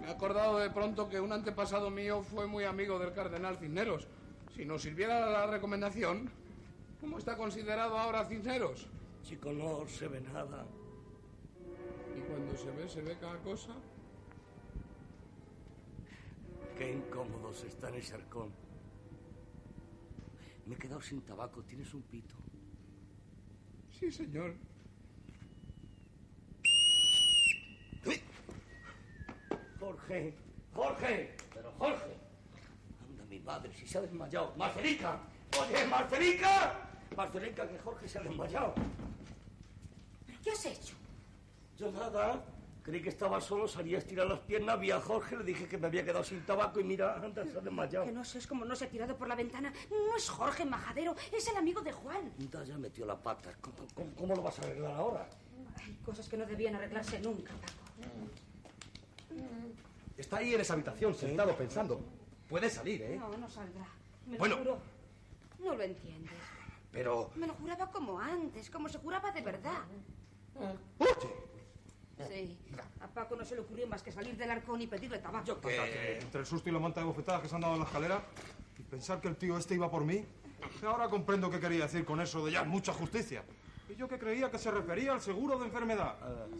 me he acordado de pronto que un antepasado mío fue muy amigo del cardenal Cisneros. Si nos sirviera la recomendación, ¿cómo está considerado ahora Cisneros? Chico, no se ve nada. Y cuando se ve, se ve cada cosa. Qué incómodos está en el charcón. Me he quedado sin tabaco. ¿Tienes un pito? Sí, señor. Jorge, Jorge, pero Jorge. Anda, mi madre, si se ha desmayado. ¡Marcelica! ¡Oye, Marcelica! Marcelica, que Jorge se ha desmayado. ¿Pero ¿Qué has hecho? Yo nada. Creí que estaba solo, salí a estirar las piernas, vi a Jorge, le dije que me había quedado sin tabaco y mira, anda, se ha desmayado. Que no sé, es como no se ha tirado por la ventana. No es Jorge Majadero, es el amigo de Juan. Anda, ya metió la pata. ¿Cómo, cómo- cómo lo vas a arreglar ahora? Hay cosas que no debían arreglarse nunca, Paco. Está ahí en esa habitación, sentado, pensando. Puede salir, ¿eh? No, no saldrá. Me Bueno. lo juro. No lo entiendes. Pero... Me lo juraba como antes, como se juraba de verdad. Sí. A Paco no se le ocurrió más que salir del arcón y pedirle tabaco. Entre el susto y la manta de bofetadas que se han dado en la escalera y pensar que el tío este iba por mí. Ahora comprendo qué quería decir con eso de ya es mucha justicia. Y yo que creía que se refería al seguro de enfermedad.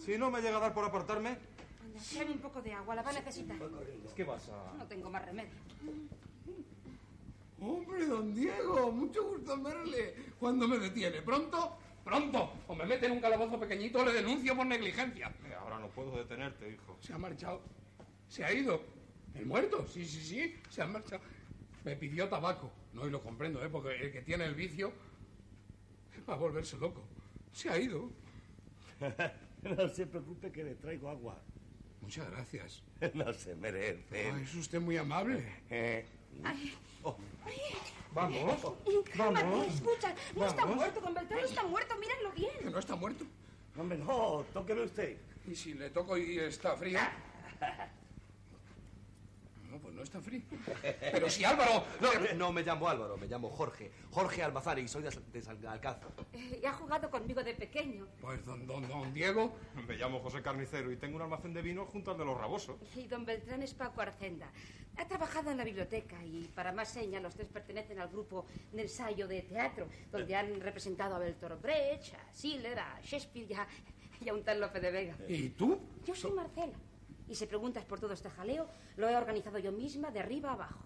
Si no me llega a dar por apartarme, Anda, tráeme un poco de agua, la va a necesitar. es que vas a... No tengo más remedio. Hombre, don Diego, mucho gusto en verle. ¿Cuándo me detiene? ¿Pronto? ¡Pronto! O me mete en un calabozo pequeñito o le denuncio por negligencia. Eh, Ahora no puedo detenerte, hijo. Se ha marchado. Se ha ido. El muerto, sí, sí, sí, se ha marchado. Me pidió tabaco. No, y lo comprendo, ¿eh? Porque el que tiene el vicio va a volverse loco. Se ha ido. no se preocupe que le traigo agua. Muchas gracias. No se merece. Ay, es usted muy amable. Vamos. Cálmate, escucha. No está Vamos. muerto, don Beltrán no está muerto, mírenlo Que bien. no está muerto. Hombre, no, tóqueme usted. Ah. ¿Y si le toco y está frío? No, pues no está frío. Pero si Álvaro... No, no me llamo Álvaro, me llamo Jorge. Jorge Almazar y soy de, Sal- de Sal- Alcázar. Eh, y ha jugado conmigo de pequeño. Pues don, don, don Diego. Me llamo José Carnicero y tengo un almacén de vino junto al de los rabosos. Y don Beltrán es Paco Arcenda. Ha trabajado en la biblioteca y, para más señas, los tres pertenecen al grupo de ensayo de teatro, Eh. donde han representado a Bertolt Brecht, a Schiller, a Shakespeare y a, y a un tal Lope de Vega. ¿Y tú? Yo soy Marcela. Y si preguntas por todo este jaleo, lo he organizado yo misma de arriba a abajo.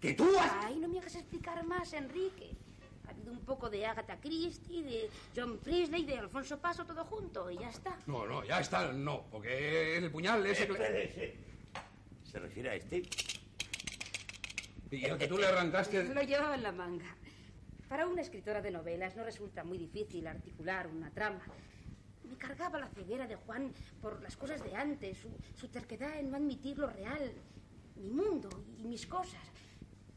¿Que tú has...? Ay, no me hagas explicar más, Enrique. Ha habido un poco de Agatha Christie, de John Priestley, de Alfonso Paso, todo junto, y ya está. No, no, ya está, no. Porque el puñal ese... que- Este, ¿Se refiere a este? Y el que tú le arrancaste... Lo llevaba en la manga. Para una escritora de novelas no resulta muy difícil articular una trama. Me cargaba la ceguera de Juan por las cosas de antes, su, su terquedad en no admitir lo real, mi mundo y mis cosas.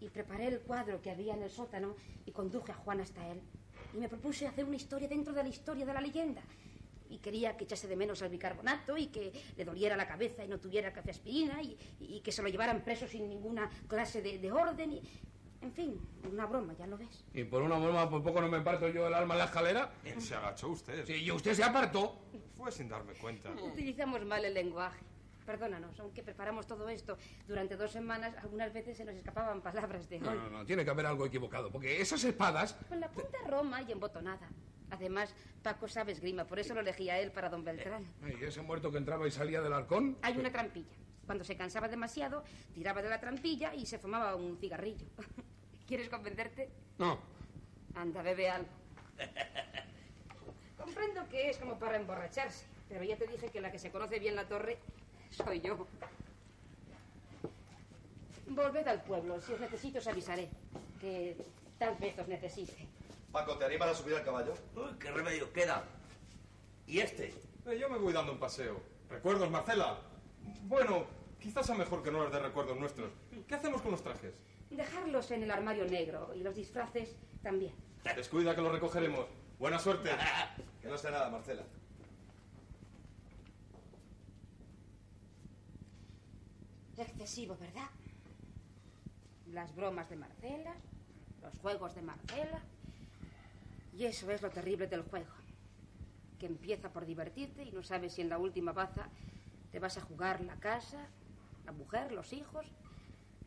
Y preparé el cuadro que había en el sótano y conduje a Juan hasta él. Y me propuse hacer una historia dentro de la historia de la leyenda. Y quería que echase de menos al bicarbonato y que le doliera la cabeza y no tuviera café aspirina y, y que se lo llevaran preso sin ninguna clase de, de orden. y- en fin, una broma, ya lo ves. Y por una broma, por poco no me parto yo el alma en la escalera. Se agachó usted. Sí, y usted se apartó. Fue sin darme cuenta. Utilizamos mal el lenguaje. Perdónanos, aunque preparamos todo esto durante dos semanas, algunas veces se nos escapaban palabras de No, hoy. no, no, tiene que haber algo equivocado. Porque esas espadas... Con la punta roma y embotonada. Además, Paco sabe esgrima, por eso lo elegí a él para don Beltrán. Y ese muerto que entraba y salía del arcón... Hay una trampilla. Cuando se cansaba demasiado, tiraba de la trampilla y se fumaba un cigarrillo. ¿Quieres convencerte? No. Anda, bebe algo. Comprendo que es como para emborracharse, pero ya te dije que la que se conoce bien la torre soy yo. Volved al pueblo. Si os necesito, os avisaré. Que tal vez os necesite. Paco, ¿te animas a subir al caballo? Uy, ¿Qué remedio queda? ¿Y este? yo me voy dando un paseo. ¿Recuerdos, Marcela? Bueno, quizás sea mejor que no las de recuerdos nuestros. ¿Qué hacemos con los trajes? Dejarlos en el armario negro y los disfraces también. Descuida que los recogeremos. Buena suerte. Que no sea nada, Marcela. Excesivo, ¿verdad? Las bromas de Marcela, los juegos de Marcela. Y eso es lo terrible del juego. Que empieza por divertirte y no sabes si en la última baza te vas a jugar la casa, la mujer, los hijos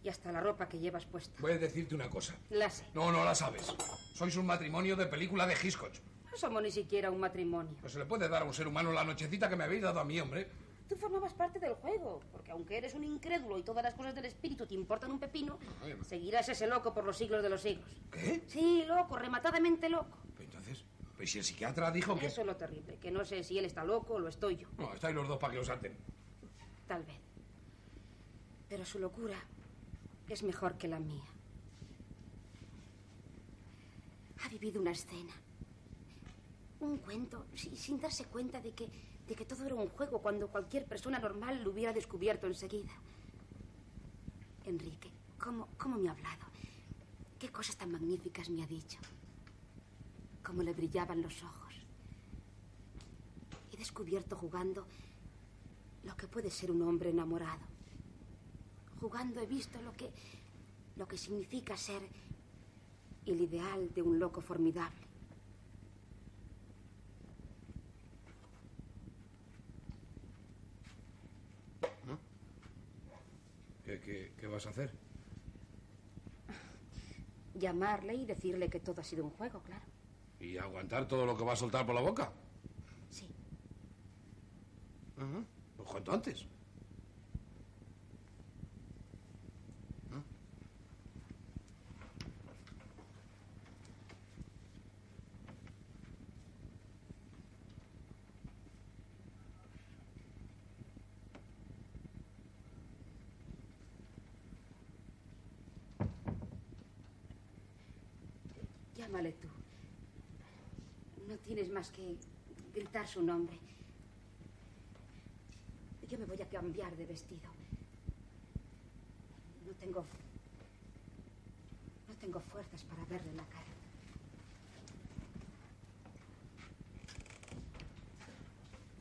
y hasta la ropa que llevas puesta. Voy a decirte una cosa. La sé. No, no la sabes. Sois un matrimonio de película de Hitchcock. No somos ni siquiera un matrimonio. Pues se le puede dar a un ser humano la nochecita que me habéis dado a mí, hombre. Tú formabas parte del juego, porque aunque eres un incrédulo y todas las cosas del espíritu te importan un pepino, seguirás ese loco por los siglos de los siglos. ¿Qué? Sí, loco, rematadamente loco. Pero entonces, pues si el psiquiatra dijo que... Eso es lo terrible, que no sé si él está loco o lo estoy yo, No, estáis los dos para que os aten. tal vez. Pero su locura es mejor que la mía. Ha vivido una escena. un cuento, si- sin darse cuenta de que, de que todo era un juego cuando cualquier persona normal lo hubiera descubierto enseguida. Enrique, ¿cómo, cómo me ha hablado? ¿Qué cosas tan magníficas me ha dicho? ¿Cómo le brillaban los ojos? He descubierto jugando lo que puede ser un hombre enamorado. Jugando he visto lo que, lo que significa ser el ideal de un loco formidable. ¿Qué, qué, qué vas a hacer? Llamarle y decirle que todo ha sido un juego, claro. ¿Y aguantar todo lo que va a soltar por la boca? Sí. Ajá. Pues cuanto antes. Llámale tú. No tienes más que gritar su nombre. Yo me voy a cambiar de vestido. No tengo. No tengo fuerzas para verle la cara.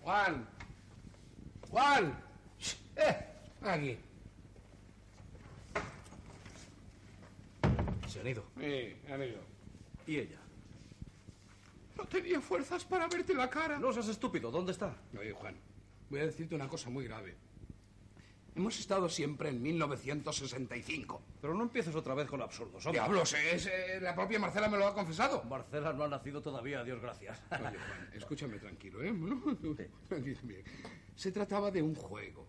Juan. Juan. Shh, Eh, aquí. Se han ido. Sí, han ido. ¿Y ella? No tenía fuerzas para verte la cara. No seas estúpido, ¿dónde está? Oye, Juan, voy a decirte una cosa muy grave. Hemos estado siempre en 1965. Pero no empieces otra vez con absurdos, hombre. Diablos, es, eh, la propia Marcela me lo ha confesado. Marcela no ha nacido todavía, Dios gracias. Oye, Juan, escúchame tranquilo, ¿eh? Tranquilo, mire. Se trataba de un juego.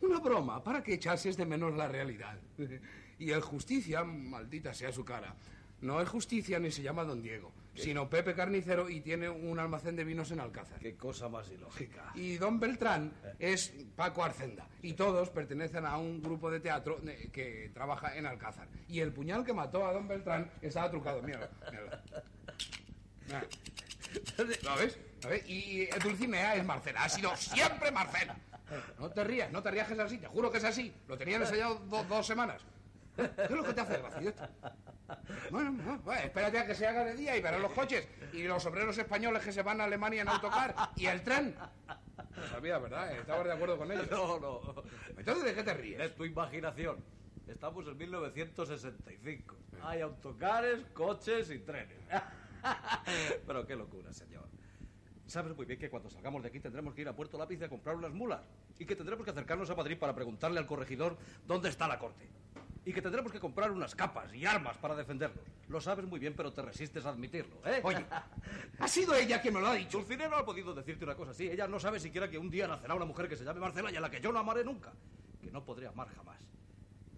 Una broma para que echases de menos la realidad. Y el justicia, maldita sea su cara, no es justicia ni se llama Don Diego, sino Pepe Carnicero y tiene un almacén de vinos en Alcázar. Qué cosa más ilógica. Y Don Beltrán es Paco Arcenda. Y todos pertenecen a un grupo de teatro eh, que trabaja en Alcázar. Y el puñal que mató a Don Beltrán estaba trucado. Míralo, míralo. Ah. ¿Lo ves? ¿Lo ves? Y eh, Dulcinea es Marcela. Ha sido siempre Marcela. No te rías, no te rías que es así. Te juro que es así. Lo tenían ensayado do- dos semanas. ¿Qué es lo que te hace gracia esto? Bueno, no, bueno, espérate a que se haga de día y verás los coches y los obreros españoles que se van a Alemania en autocar y el tren. Lo sabía, ¿verdad? Estabas de acuerdo con ellos. No, no. Entonces, ¿de qué te ríes? De tu imaginación. Estamos en 1965. Hay autocares, coches y trenes. Pero qué locura, señor. Sabes muy bien que cuando salgamos de aquí tendremos que ir a Puerto Lápiz a comprar unas mulas. Y que tendremos que acercarnos a Madrid para preguntarle al corregidor dónde está la corte. Y que tendremos que comprar unas capas y armas para defendernos. Lo sabes muy bien, pero te resistes a admitirlo, ¿eh? Oye, ha sido ella quien me lo ha dicho. Dulcinea no ha podido decirte una cosa así. Ella no sabe siquiera que un día nacerá una mujer que se llame Marcela y a la que yo no amaré nunca. Que no podré amar jamás.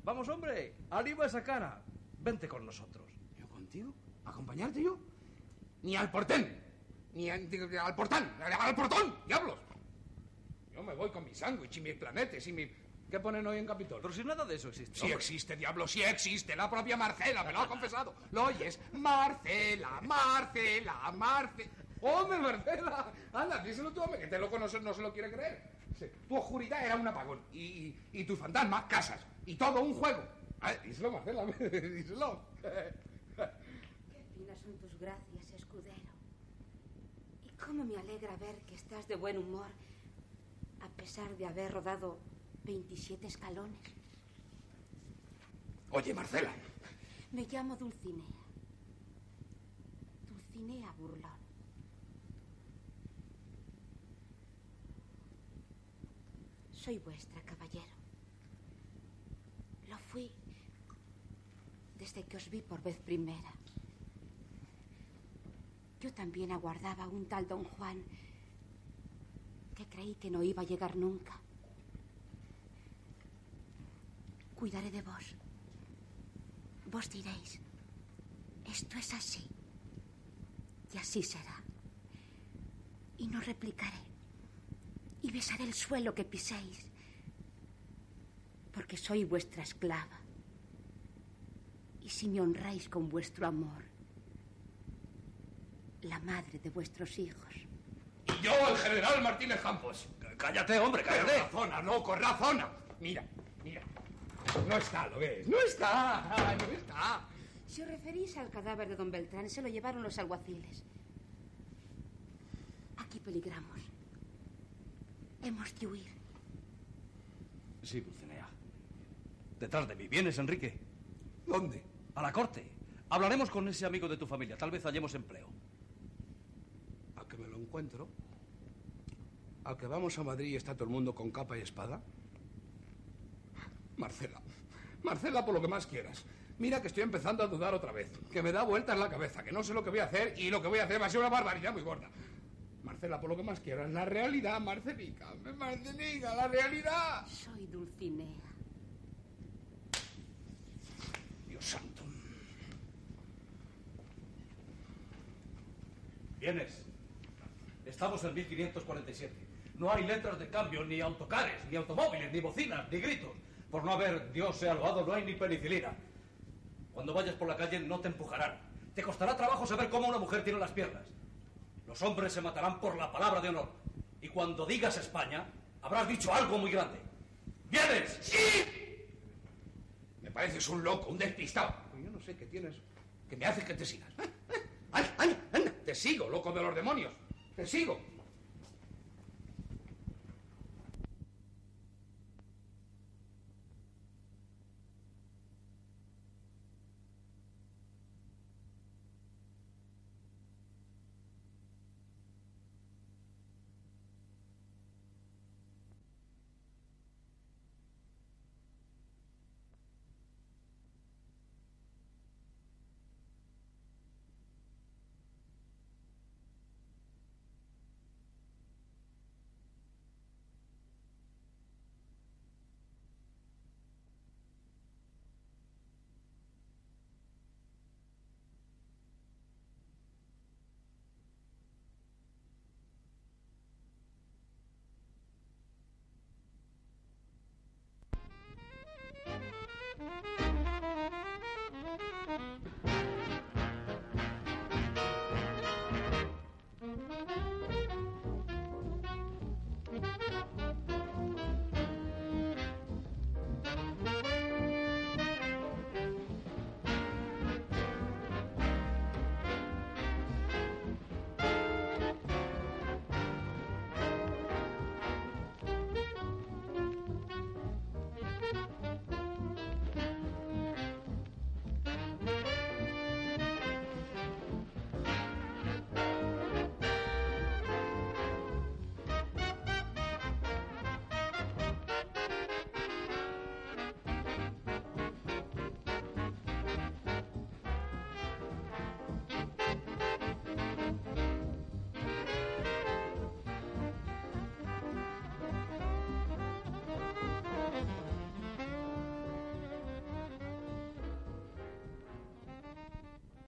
Vamos, hombre, arriba esa cara. Vente con nosotros. ¿Yo contigo? ¿Acompañarte yo? Ni al portén. Ni a- al portán. Al portón. Diablos. Yo me voy con mi sándwich y mis planetes y mi... ¿Qué ponen hoy en Capitol? Pero si nada de eso existe. Sí existe, diablo, sí existe. La propia Marcela me lo ha confesado. ¿Lo oyes? Marcela, Marcela, Marcela. ¡Hombre, Marcela! Anda, díselo tú, hombre, que te lo conoces, no se lo quiere creer. Sí, Tu oscuridad era un apagón y, y, y tus fantasmas, casas. Y todo un juego. A ver, díselo, Marcela, díselo. Qué finas son tus gracias, escudero. Y cómo me alegra ver que estás de buen humor, a pesar de haber rodado 27 escalones. Oye, Marcela. Me llamo Dulcinea. Dulcinea Burlón. Soy vuestra, caballero. Lo fui desde que os vi por vez primera. Yo también aguardaba un tal don Juan que creí que no iba a llegar nunca. Cuidaré de vos. Vos diréis, esto es así. Y así será. Y no replicaré. Y besaré el suelo que piséis. Porque soy vuestra esclava. Y si me honráis con vuestro amor, la madre de vuestros hijos. Y yo, el general Martínez Campos. Cállate, hombre, cállate. Pero razona, loco, razona. Mira, mira. No está, ¿lo ves? No está, no está. Si os referís al cadáver de don Beltrán, se lo llevaron los alguaciles. Aquí peligramos. Hemos de huir. Sí, Dulcinea. Detrás de mí. ¿Vienes, Enrique? ¿Dónde? A la corte. Hablaremos con ese amigo de tu familia. Tal vez hallemos empleo. A que me lo encuentro. A que vamos a Madrid y está todo el mundo con capa y espada. Marcela. Marcela, por lo que más quieras. Mira que estoy empezando a dudar otra vez. Que me da vueltas la cabeza. Que no sé lo que voy a hacer y lo que voy a hacer va a ser una barbaridad muy gorda. Marcela, por lo que más quieras. La realidad, Marcelica. Marcelica, la realidad. Soy Dulcinea. Dios santo. Vienes. Estamos en 1547. No hay letras de cambio, ni autocares, ni automóviles, ni bocinas, ni gritos. Por no haber, Dios sea loado, no hay ni penicilina. Cuando vayas por la calle no te empujarán. Te costará trabajo saber cómo una mujer tiene las piernas. Los hombres se matarán por la palabra de honor. Y cuando digas España, habrás dicho algo muy grande. ¡Vienes! ¡Sí! Me pareces un loco, un despistado. Yo no sé qué tienes que me haces que te sigas. ¡Anda, anda! ¡Te sigo, loco de los demonios! ¡Te sigo!